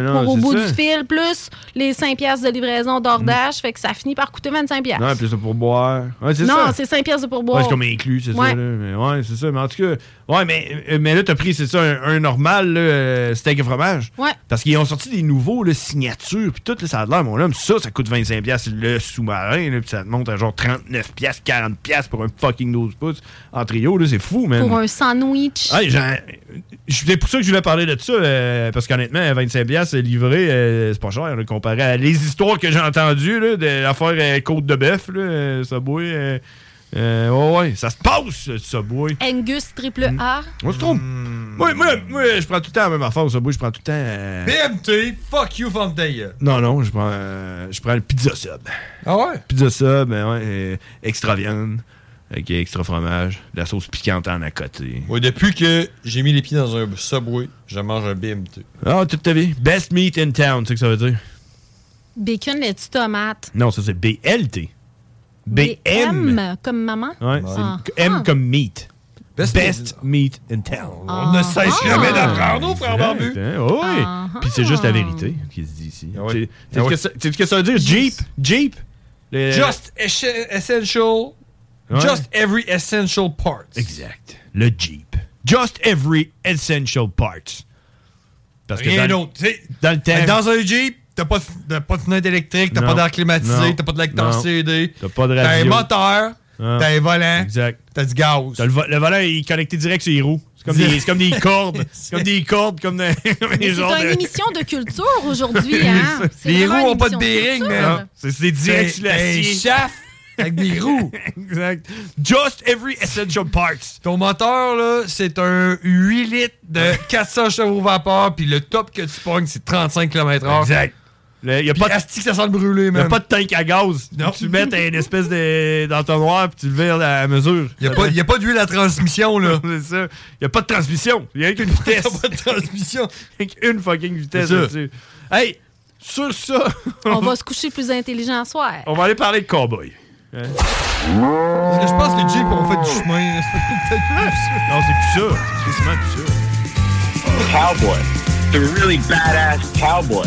H: Ouais, non,
I: pour au
H: c'est
I: bout
H: ça. Mm.
I: du fil, plus les 5 pièces de livraison d'ordage. Fait que ça finit par coûter 25 pièces.
H: Non, plus c'est pour boire. Ouais, c'est
I: Non,
H: ça.
I: c'est 5 pièces de pourboire.
H: Ouais, c'est comme inclus, c'est
I: Ouais.
H: ça. Là. Mais ouais, c'est ça. Mais en tout cas, ouais, mais, euh, mais là, t'as pris, c'est ça, un, un normal là, euh, steak et fromage.
I: Ouais.
H: Parce qu'ils ont sorti des nouveaux là, signatures, puis tout, là, ça a de l'air, mon homme. Ça, ça coûte 25$ piastres, le sous-marin, là, puis ça te monte à genre 39$, piastres, 40$ piastres pour un fucking 12 pouces en trio, là, c'est fou, man.
I: Pour un sandwich.
H: Ouais, j'en- je- c'est pour ça que je voulais parler de ça, euh, parce qu'honnêtement, 25$ livré, euh, c'est pas cher, là, comparé à les histoires que j'ai entendues là, de l'affaire euh, Côte de Bœuf, là, euh, Subway. euh, euh, ouais, ouais, ça se passe, euh, Subway. Hmm.
I: Angus triple A.
H: On se trompe. Moi, moi, moi, je prends tout le temps la même affaire au Subway, je prends tout le temps. euh,
J: BMT, fuck you, from day.
H: Non, non, je prends, euh, je prends le pizza sub.
J: Ah ouais?
H: Pizza sub, ben ouais, euh, extra viande, avec extra fromage, de la sauce piquante en à côté.
J: Ouais, depuis que j'ai mis les pieds dans un Subway, je mange un BMT.
H: Ah, toute ta vie. Best meat in town, tu sais que ça veut dire?
I: Bacon, laitue, tomate.
H: Non, ça c'est BLT. BM.
I: BM, comme maman.
H: Ouais, c'est
I: Ah.
H: M
I: Ah.
H: comme meat. Best, meat in town.
I: On ne cesse Ah. jamais d'apprendre,
H: nos frères barbus. oui. Puis c'est juste la vérité qui se dit ici. Tu sais
J: Ah ouais.
H: ce que ça- tu sais ce que ça veut dire? Jeep. Jeep. Le-
J: Just es- essential.
H: Ouais.
J: Just every essential part.
H: Exact. Le Jeep. Just every essential parts. Parce
J: Rien
H: dans-
J: d'autre. Tu sais,
H: Dans le thème.
J: Dans un Jeep, t'as pas, de- t'as pas de fenêtre électrique, t'as
H: Non,
J: pas d'air climatisé,
H: non,
J: t'as pas de lecteur
H: non.
J: CD.
H: T'as pas de
J: T'as un
H: radio.
J: moteur,
H: Ah.
J: t'as
H: <laughs>
J: un volant.
H: Exact.
J: T'as du gaz.
H: le, vo- le volant est connecté direct sur les roues. C'est comme, des, c'est comme des
J: <laughs>
H: cordes. C'est comme des cordes, comme des, comme des
I: Mais c'est
H: genres
I: une
H: de-
I: émission de culture
H: <laughs>
I: aujourd'hui, hein? C'est
H: Les
I: vraiment
H: roues
I: une
H: ont pas de
I: émission
H: bearing,
I: culture.
H: man. C'est c'est direct
J: T'as-
H: sur
J: t'as
H: l'acier.
J: un shaft avec des <laughs> roues.
H: exact. Just every essential part.
J: Ton moteur, là, c'est un 8 litres
H: <laughs>
J: de 400 chevaux vapeur, puis le top que tu pognes, c'est 35 km/h.
H: Exact. Il y a pas de
J: plastique, ça sent le brûler,
H: T'as
J: man.
H: pas de tank à gaz. Tu le mets t'as une espèce de d'entonnoir puis tu le verres à mesure.
J: Y a pas- y a pas d'huile à transmission, là.
H: <laughs> c'est ça. Y a pas de transmission. Y a qu'une
J: <laughs>
H: vitesse. y a pas de <laughs> transmission. Y a qu'une fucking vitesse
J: C'est ça.
H: là-dessus. Hey, sur ça, <laughs>
I: On va se coucher plus intelligent ce soir.
H: on va aller parler de cowboy. Hein?
J: Parce que je pense que les Jeep ont fait du chemin.
H: non, c'est plus ça. C'est quasiment plus ça.
O: Cowboy. The really badass cowboy.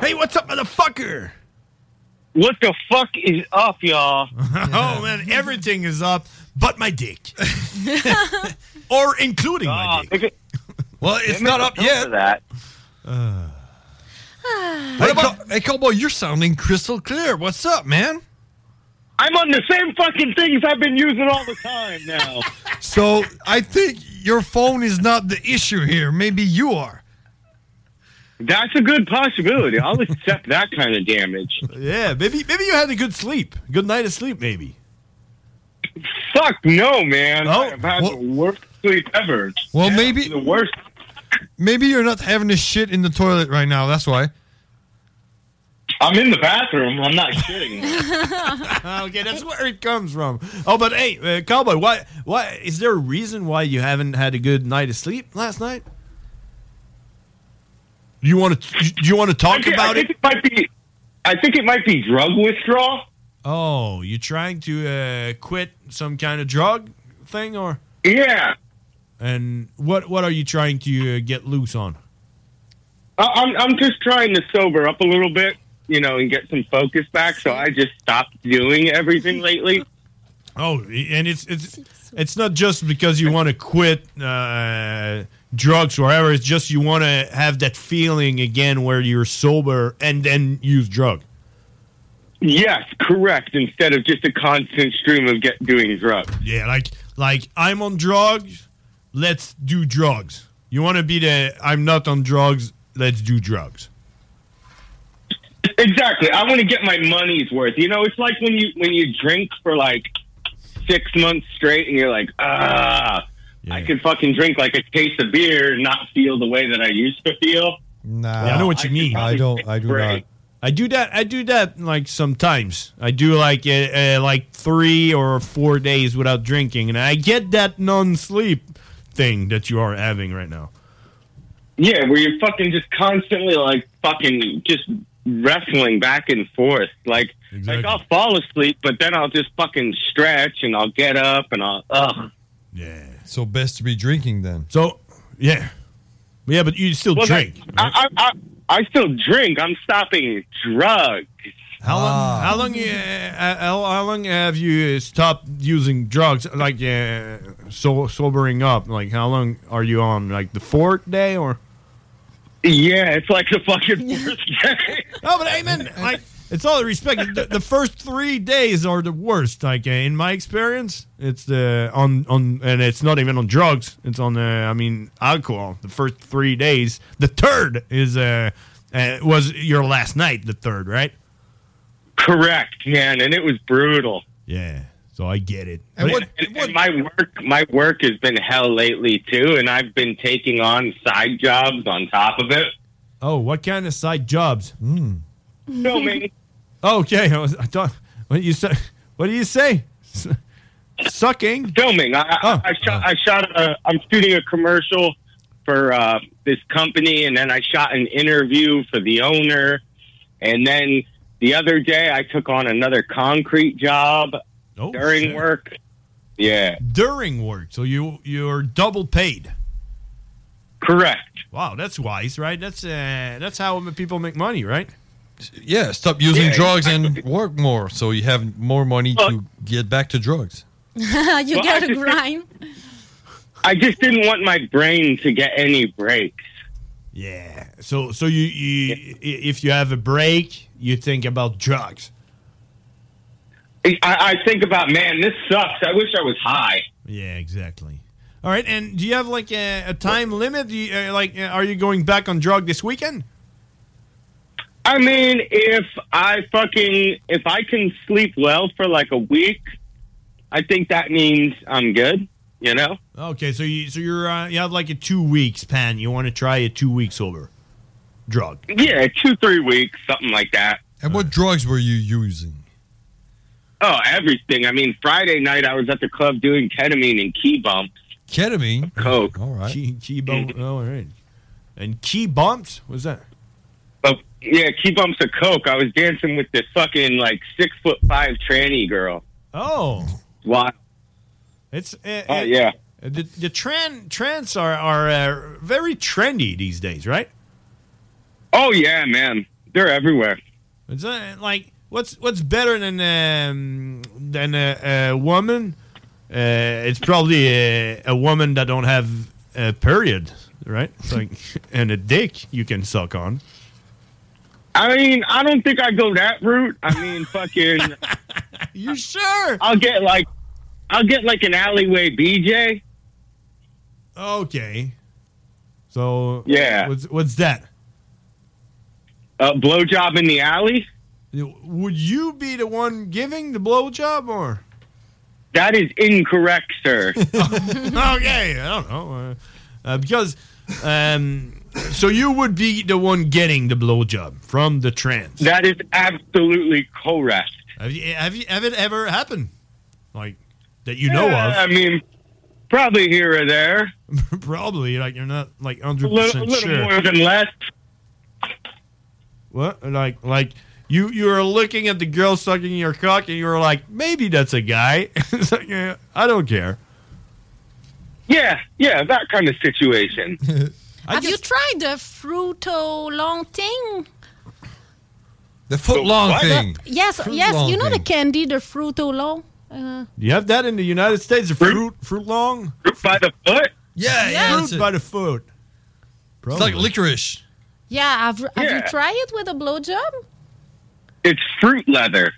H: Hey, what's up, motherfucker?
O: What the fuck is up, y'all?
H: <laughs> oh man, everything is up, but my dick, <laughs> or including
O: Ah,
H: my dick.
J: Well, it's not up yet.
H: Ah.
J: What about, hey, Cowboy, you're sounding crystal clear. What's up, man?
O: I'm on the same fucking things I've been using all the time now.
J: so I think your phone is not the issue here. Maybe you are.
O: That's a good possibility. I'll accept that kind of damage.
H: Yeah, maybe maybe you had a good sleep, good night of sleep, maybe. Oh,
O: Fuck no, man. I've had the worst sleep ever.
J: Well, maybe
O: the worst.
J: Maybe you're not having a shit in the toilet right now. That's why.
O: I'm in the bathroom. I'm not shitting.
H: okay, that's where it comes from. Oh, but hey, uh, cowboy, why? Why is there a reason why you haven't had a good night of sleep last night? Do you want to? Do you want to talk
O: Okay, I
H: about
O: think
H: it?
O: it might be. I think it might be drug withdrawal.
H: Oh, you're trying to uh, quit some kind of drug thing, or
O: yeah.
H: And what what are you trying to uh, get loose on?
O: I, I'm I'm just trying to sober up a little bit, you know, and get some focus back. So I just stopped doing everything lately.
H: Oh, and it's it's it's not just because you want to quit uh, drugs or whatever. It's just you want to have that feeling again where you're sober and then use drug.
O: Yes, correct. Instead of just a constant stream of get doing drugs.
H: Yeah, like like I'm on drugs. Let's do drugs. You want to be the I'm not on drugs. Let's do drugs.
O: Exactly. I want to get my money's worth. You know, it's like when you when you drink for like six months straight, and you're like, ah, I could fucking drink like a case of beer and not feel the way that I used to feel.
J: Nah,
H: I know what you mean.
J: I don't. I do not.
H: I do that. I do that like sometimes. I do like uh, uh, like three or four days without drinking, and I get that non-sleep thing that you are having right now.
O: Yeah, where you're fucking just constantly like fucking just wrestling back and forth. Like, like I'll fall asleep, but then I'll just fucking stretch and I'll get up and I'll ugh.
J: So best to be drinking then.
H: So, yeah, yeah, but you still
O: Well, that-
H: drink.
O: I, I, I I still drink. I'm stopping drugs.
H: How long? How long? You, uh, how, how long have you stopped using drugs? Like uh, so sobering up. Like how long are you on? Like the fourth day or?
O: Yeah, it's like the
H: <laughs>
O: fucking fourth day.
H: No, but hey, man, like it's all the respect. The, the first three days are the worst. Like uh, in my experience, it's the on on, and it's not even on drugs. It's on uh, I mean alcohol. The first three days. The third is uh, uh was your last night. The third, right?
O: Correct, man, and it was brutal.
H: Yeah, so I get it.
O: And, and my work, my work has been hell lately too, and I've been taking on side jobs on top of it.
H: Oh, what kind of side jobs? Mm.
O: Filming.
H: <laughs> Okay, I was I thought what you say. What do you say? S- Sucking? Oh,
O: Filming. I, I, I shot. I shot. A, I'm shooting a commercial for uh, this company, and then I shot an interview for the owner, and then the other day I took on another concrete job during
H: Oh, shit.
O: work. Yeah.
H: During work, so you you're double paid.
O: Correct.
H: Wow, that's wise, right? That's uh, that's how people make money, right?
J: Yeah, stop using
H: Yeah,
J: drugs and work more so you have more money to get back to drugs.
I: <laughs> you
O: Well, I
I: gotta
O: just-
I: grind.
O: I just didn't want my brain to get any breaks.
H: Yeah. So so you, you i- if you have a break, you think about drugs.
O: I, I think about, man, this sucks. I wish I was high.
H: Yeah, exactly. All right, and do you have like a, a time limit? Do you, uh, like, uh, are you going back on drug this weekend?
O: I mean, if I fucking if I can sleep well for like a week, I think that means I'm good. You know?
H: Okay, so you so you're uh, you have like a two week span. You want to try a two week sober drug.
O: Yeah, two three weeks, something like that.
J: And what drugs were you using?
O: Oh, everything. I mean, Friday night I was at the club doing ketamine and key bumps,
J: Ketamine?
O: coke.
J: All right.
H: Key, key bump. oh, All right. And key bumps. What's that?
O: But yeah, key bumps of coke. I was dancing with this fucking like six foot five tranny girl.
H: Oh,
O: Why?
H: it's uh,
O: Oh
H: uh,
O: yeah.
H: The the tran trans are are uh, very trendy these days, right?
O: Oh yeah, man. They're everywhere.
H: It's uh, like what's what's better than um, than a, a woman? Uh, it's probably uh, a, a woman that don't have a period, right? It's like <laughs> and a dick you can suck on.
O: I mean, I don't think I go that route. I mean, fucking.
H: <laughs> you sure?
O: I'll get like, I'll get like an alleyway BJ.
H: Okay. So
O: Yeah.
H: what's what's that?
O: A blowjob in the alley.
H: Would you be the one giving the blowjob or?
O: That is incorrect, sir.
H: <laughs> okay, I don't know. Uh, uh, because, um, so you would be the one getting the blowjob from the trans.
O: that is absolutely correct.
H: Have you, have you, have it ever happened? Like, that you know
O: Yeah,
H: of?
O: I mean, probably here or there.
H: <laughs> Probably, like, you're not, like, 100%
O: A little, a little
H: sure.
O: more than less.
H: What? Like, like, you, you were looking at the girl sucking your cock and you were like, maybe that's a guy. <laughs> It's like, yeah, I don't care.
O: Yeah, yeah, that kind of situation.
H: <laughs>
I: Have you tried the fruto long thing?
J: The foot long
H: what?
J: thing.
I: Yes,
J: Fruit
I: yes.
H: long
I: you know
H: thing.
I: the candy, the fruto long. Uh,
H: Do you have that in the United States? Fruit, fruit, long?
O: Fruit by the foot?
J: Yeah, yeah. that's
H: Fruit
J: it.
H: by the foot.
J: It's like licorice.
I: yeah, have, have
O: Yeah.
I: you tried it with a blowjob?
O: It's fruit leather.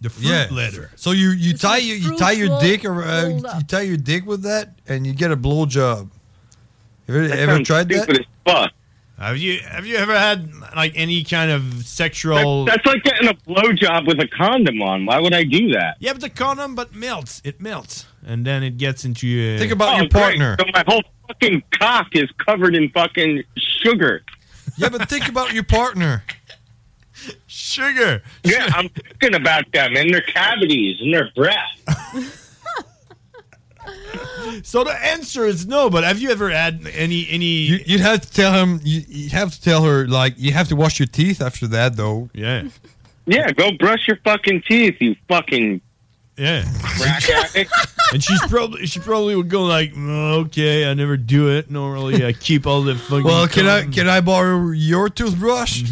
J: The fruit leather. So you, you tie your you tie your
I: fruit
J: dick
I: roll-
J: or uh,
I: rolled
J: you tie your dick with that and you get a blow job. Have you
H: That
J: ever
H: sounds
J: tried
H: stupid as
J: that?
H: Have you have you ever had like any kind of sexual?
O: That- that's like getting a blowjob with a condom on. Why would I do that?
H: yeah, but the condom, but melts. It melts, and then it gets into your.
O: Oh, great. So my whole fucking cock is covered in fucking sugar.
J: Yeah, but think about your partner.
H: Sugar.
O: Yeah, I'm thinking about them and their cavities and their breath.
H: So the answer is no. But have you ever had any any?
J: You, you'd have to tell him. You, you have to tell her like you have to wash your teeth after that, though.
H: Yeah.
O: Yeah, go brush your fucking teeth, you fucking
H: Yeah.
O: crack addict.
H: <laughs> And she's probably she probably would go like, "Mm, okay, I never do it normally. I keep all the fucking.
J: Well, can I
H: condom."
J: can I borrow your toothbrush?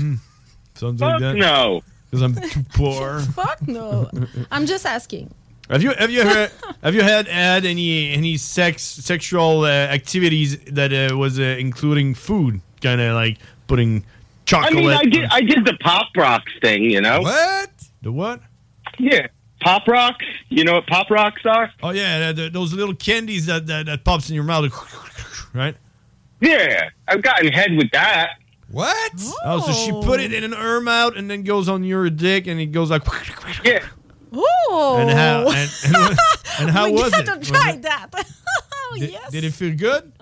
H: Something like that.
O: No,
H: because I'm too poor.
R: <laughs>
I: Fuck no. I'm just asking.
H: Have you have you heard, <laughs> have you had had any any sex sexual uh, activities that uh, was uh, including food, kind of like putting
O: I
H: chocolate?
O: mean, I did, I did the pop rocks thing, you know?
J: What?
H: The what?
O: Yeah, pop rocks. You know what pop rocks are?
H: Oh yeah, the, the, those little candies that, that that pops in your mouth, <laughs> right?
O: Yeah, I've gotten head with that.
J: What?
H: Oh, so she put it in an arm out and then goes on your dick and it goes like. <laughs>
O: Yeah.
I: Ooh.
H: And how and,
O: Oh.
H: <laughs> and, and how
I: we
H: was
I: gotta
H: it?
I: try that.
H: Did, did it feel good?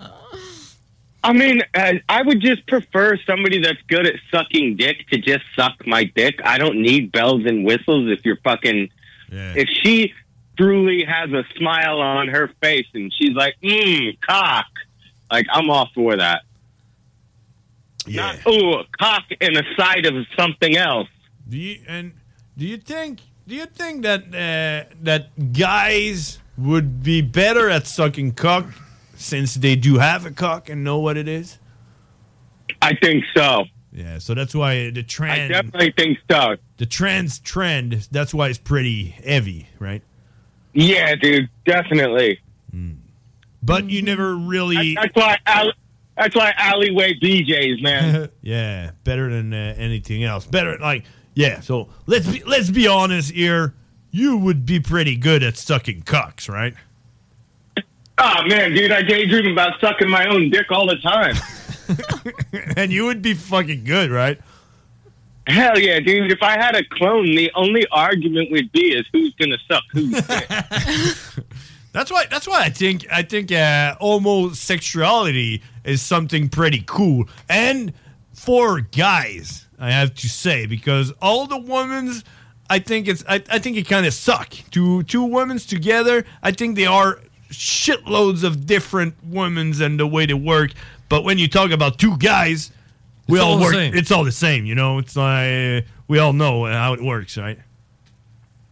O: I mean, uh, I would just prefer somebody that's good at sucking dick to just suck my dick. I don't need bells and whistles if you're fucking. If she truly has a smile on her face, and she's like, mmm, cock. Like, I'm all for that. Not, ooh, cock and a side of something else.
H: Do you and do you think do you think that uh, that guys would be better at sucking cock since they do have a cock and know what it is?
O: I think so.
H: Yeah, so that's why the trend.
O: I definitely think so.
H: The trends trend. That's why it's pretty heavy, right?
O: Yeah, dude, definitely.
H: Hmm. But you never really.
O: That's why. Al- that's why alleyway DJs,
H: <laughs>
O: man.
H: Yeah, better than uh, anything else. Better like yeah. So let's be let's be honest here. You would be pretty good at sucking cocks, right?
O: oh man, dude, I daydream about sucking my own dick all the time.
H: <laughs> and you would be fucking good, right?
O: Hell yeah, dude. If I had a clone, the only argument would be is who's gonna suck who's
H: <laughs> That's why. That's why I think I think uh, homosexuality is something pretty cool, and for guys, I have to say, because all the women's, I think it's I, I think it kind of suck. Two two women's together, I think they are shitloads of different women's and the way they work. But when you talk about two guys, we
J: It's all
H: all
J: the
H: work.
J: same.
H: It's all the same, you know. It's like uh, we all know how it works, right?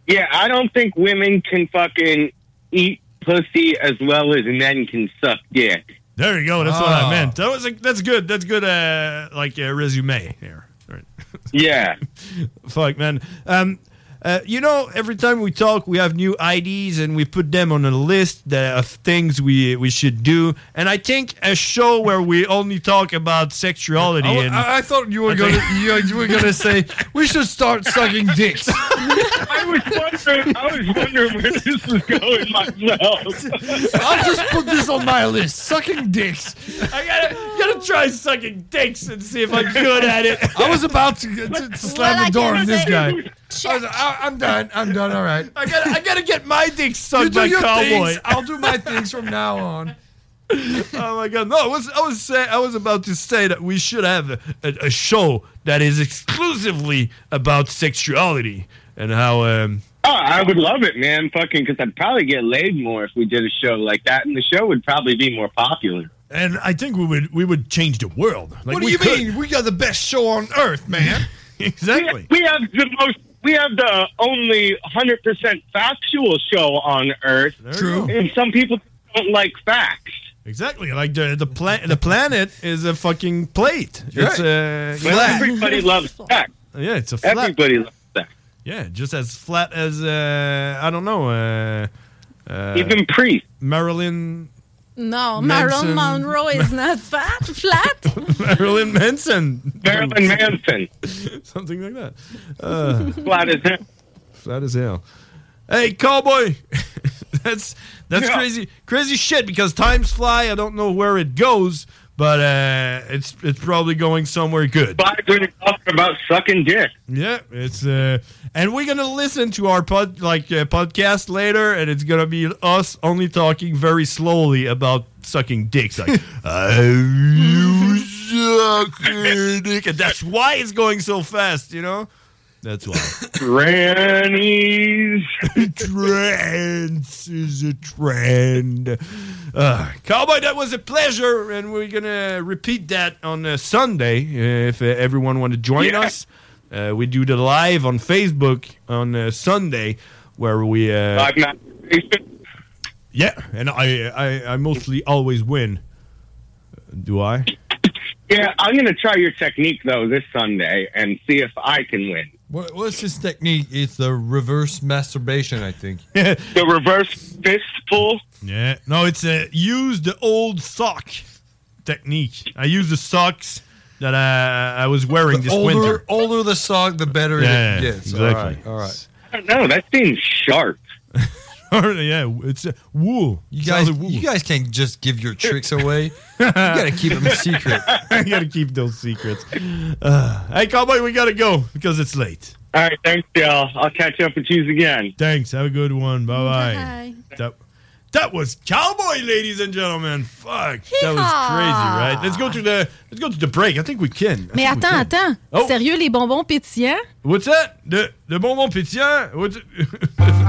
O: Yeah, I don't think women can fucking eat pussy as well as men can suck dick.
H: There you go. That's what I
O: Ah.
H: meant. That was a, that's good. That's good. Uh, like uh, resume here. Right. <laughs>
O: Yeah.
H: Fuck man. Um, uh, you know, every time we talk, we have new IDs and we put them on a list that, of things we we should do. And I think a show where we only talk about sexuality.
J: I,
H: and
J: I- I thought you were
H: I
J: gonna
H: think-
J: you,
H: <laughs>
J: you were gonna say we should start sucking dicks.
O: <laughs> I was wondering. I was wondering where this was going
H: <laughs>
O: myself.
J: I'll just put this on my list. Sucking dicks.
H: I gotta gotta try sucking dicks and see if I'm good at it.
J: I was about to, to, to slam
H: Well, I
J: the door
H: can
J: on this
H: say- <laughs>
J: guy. I was, I, I'm done. I'm done. All right.
H: I gotta I gotta get my dick sucked
J: you do
H: by
J: your
H: cowboy.
J: things. I'll do my things from now on.
H: oh my god! No, I was I was say, I was about to say that we should have a, a, a show that is exclusively about sexuality and how. Um,
O: Oh, I would love it, man. Fucking, because I'd probably get laid more if we did a show like that, and the show would probably be more popular.
H: and I think we would we would change the world. Like,
J: what do
H: we
J: you
H: could-
J: mean? We got the best show on earth, man.
H: <laughs> exactly.
O: We have the most. We have the only hundred percent factual show on Earth.
H: True.
O: And some people don't like facts.
H: Exactly, like the the planet the planet is a fucking plate. It's uh, a
O: Well,
H: <laughs>
O: everybody loves facts.
H: Yeah, it's a flat.
O: Everybody loves facts.
H: Yeah, just as flat as uh, I don't know. Uh, uh,
O: Even priest
H: Marilyn <laughs>
I: No,
H: Manson.
I: Marilyn Monroe is not fat, <laughs>
R: <laughs>
I: flat.
H: Marilyn Manson. <laughs>
O: Marilyn Manson.
H: Something like that. Uh,
O: flat as hell.
H: Flat as hell. Hey, cowboy. <laughs> that's that's
O: Yeah.
H: crazy crazy shit because times fly. I don't know where it goes, but uh, it's it's probably going somewhere good.
O: But when you're talking about sucking dick.
H: Yeah, it's uh, and we're gonna listen to our pod like uh, podcast later, and it's gonna be us only talking very slowly about sucking
O: <laughs>
H: dicks. Like, "Uh, you suck your dick, and that's why it's going so fast. You know, that's why.
O: <laughs> Trannies.
H: <laughs> Trends is a trend. Uh, Cowboy, that was a pleasure, and we're gonna repeat that on uh, Sunday uh, if uh, everyone want to join
O: Yeah.
H: us. Uh, we do the live on Facebook on uh, Sunday, where we uh,
O: Live masturbation.
H: yeah, and I, I I mostly always win. Do I?
O: Yeah, I'm gonna try your technique though this Sunday and see if I can win.
J: What, what's his technique? It's the reverse masturbation, I think.
H: <laughs>
O: The reverse fist pull.
H: Yeah. No, it's a use the old sock technique. I use the socks that uh, I I was wearing this
J: older,
H: winter.
J: older the song, the better
H: Yeah,
J: it gets.
H: exactly.
J: All right. All right.
O: I don't know. That seems
H: <laughs>
O: sharp.
H: yeah, it's uh, wool.
J: You guys, you guys can't just give your tricks away. <laughs> you gotta keep them <laughs> secret.
H: <laughs> you gotta keep those secrets. Uh, hey, cowboy, we gotta go because it's late.
O: All right, thanks, y'all. I'll catch up with you again.
H: Thanks. Have a good one. Bye bye. That, That was Cowboy, ladies and gentlemen. Fuck, that was
I: Yeehaw.
H: crazy, right? Let's go to the let's go to the break. I think we can. I
I: Mais
H: think we
I: attends,
H: can.
I: attends.
H: Oh.
I: Sérieux, les bonbons pétillants?
H: What's that? The the bonbon pétillant. What's
R: <laughs>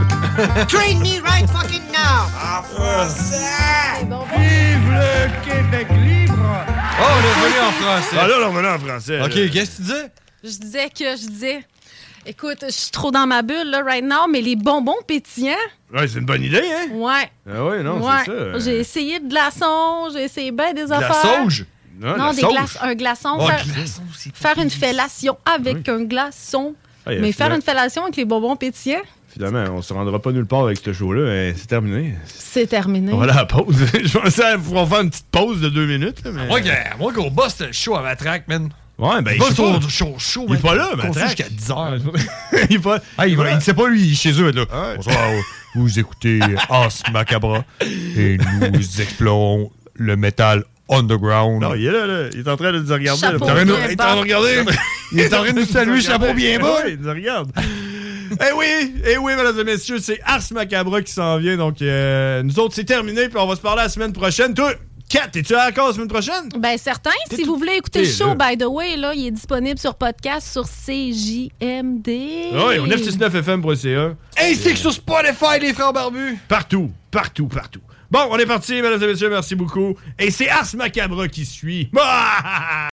R: Train me right fucking now. Ah, français. Vive le Québec libre.
H: Oh, on est revenu en français. Ah là, on est revenu en français.
J: Ok,
H: là.
J: qu'est-ce que tu disais?
I: Je disais que je disais. Écoute, je suis trop dans ma bulle, là, right now, mais les bonbons pétillants?
H: Ouais, c'est une bonne idée, hein?
I: Ouais.
H: Ah ouais, non,
I: ouais.
H: c'est ça.
I: J'ai essayé de glaçon, j'ai essayé bien des
H: la
I: affaires.
H: sauge?
I: Non,
H: la
I: des
H: sauge.
I: glaces- un glaçon.
H: Oh,
I: faire,
H: glaçon,
I: faire une fellation avec un glaçon.
H: Ah, il y a
I: mais faire
H: fla-
I: une fellation avec les bonbons pétillants,
H: Finalement, on se rendra pas nulle part avec ce show-là. hein. C'est terminé.
I: c'est terminé.
H: Voilà la pause. <laughs> Je pensais qu'on pourrait faire une petite pause de deux minutes. là, mais...
J: Moi, que- moi qu'on bosse le show à Matraque, man.
H: Ouais, ben,
J: il bosse
H: je sais
J: au
H: pas.
J: show, show,
H: Il est
J: man.
H: pas là,
J: Qu'on
H: Matraque.
J: fait <laughs> jusqu'à 10 heures.
H: il est pas. <laughs>
J: Ah, il, va- il sait pas, lui, il est chez eux, là. oh.
H: Bonsoir, vous
J: <laughs>
H: écoutez
J: As Macabra et <laughs> nous explorons le métal underground.
H: Non, il est là, là. Il est en train de nous regarder.
J: Chapeau
H: là.
J: bien
H: Il est en
J: bas.
H: train de regarder. <laughs>
J: <laughs> Il est en train de nous saluer, chapeau bien bas.
H: Ouais, il nous regarde. Eh oui, eh oui, mesdames et messieurs, c'est Ars Macabra qui s'en vient. Donc, euh, nous autres, c'est terminé. Puis on va se parler la semaine prochaine. Toi, Kat, es-tu à la cause la semaine prochaine?
I: Ben certain, si vous voulez écouter le
H: t'es là.
I: show, by the way, là, il est disponible sur podcast sur CJMD.
H: Oui, Ah au 969fm.ca.
J: Ainsi que sur Spotify, les frères barbus.
H: E. Partout, partout, partout. Bon, on est parti, mesdames et messieurs, merci beaucoup. Et c'est Ars Macabra qui suit. <laughs> Ah,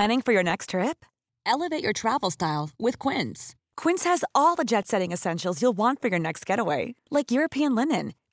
L: Planning for your next trip? Elevate your travel style with Quince. Quince has all the jet setting essentials you'll want for your next getaway, like European linen,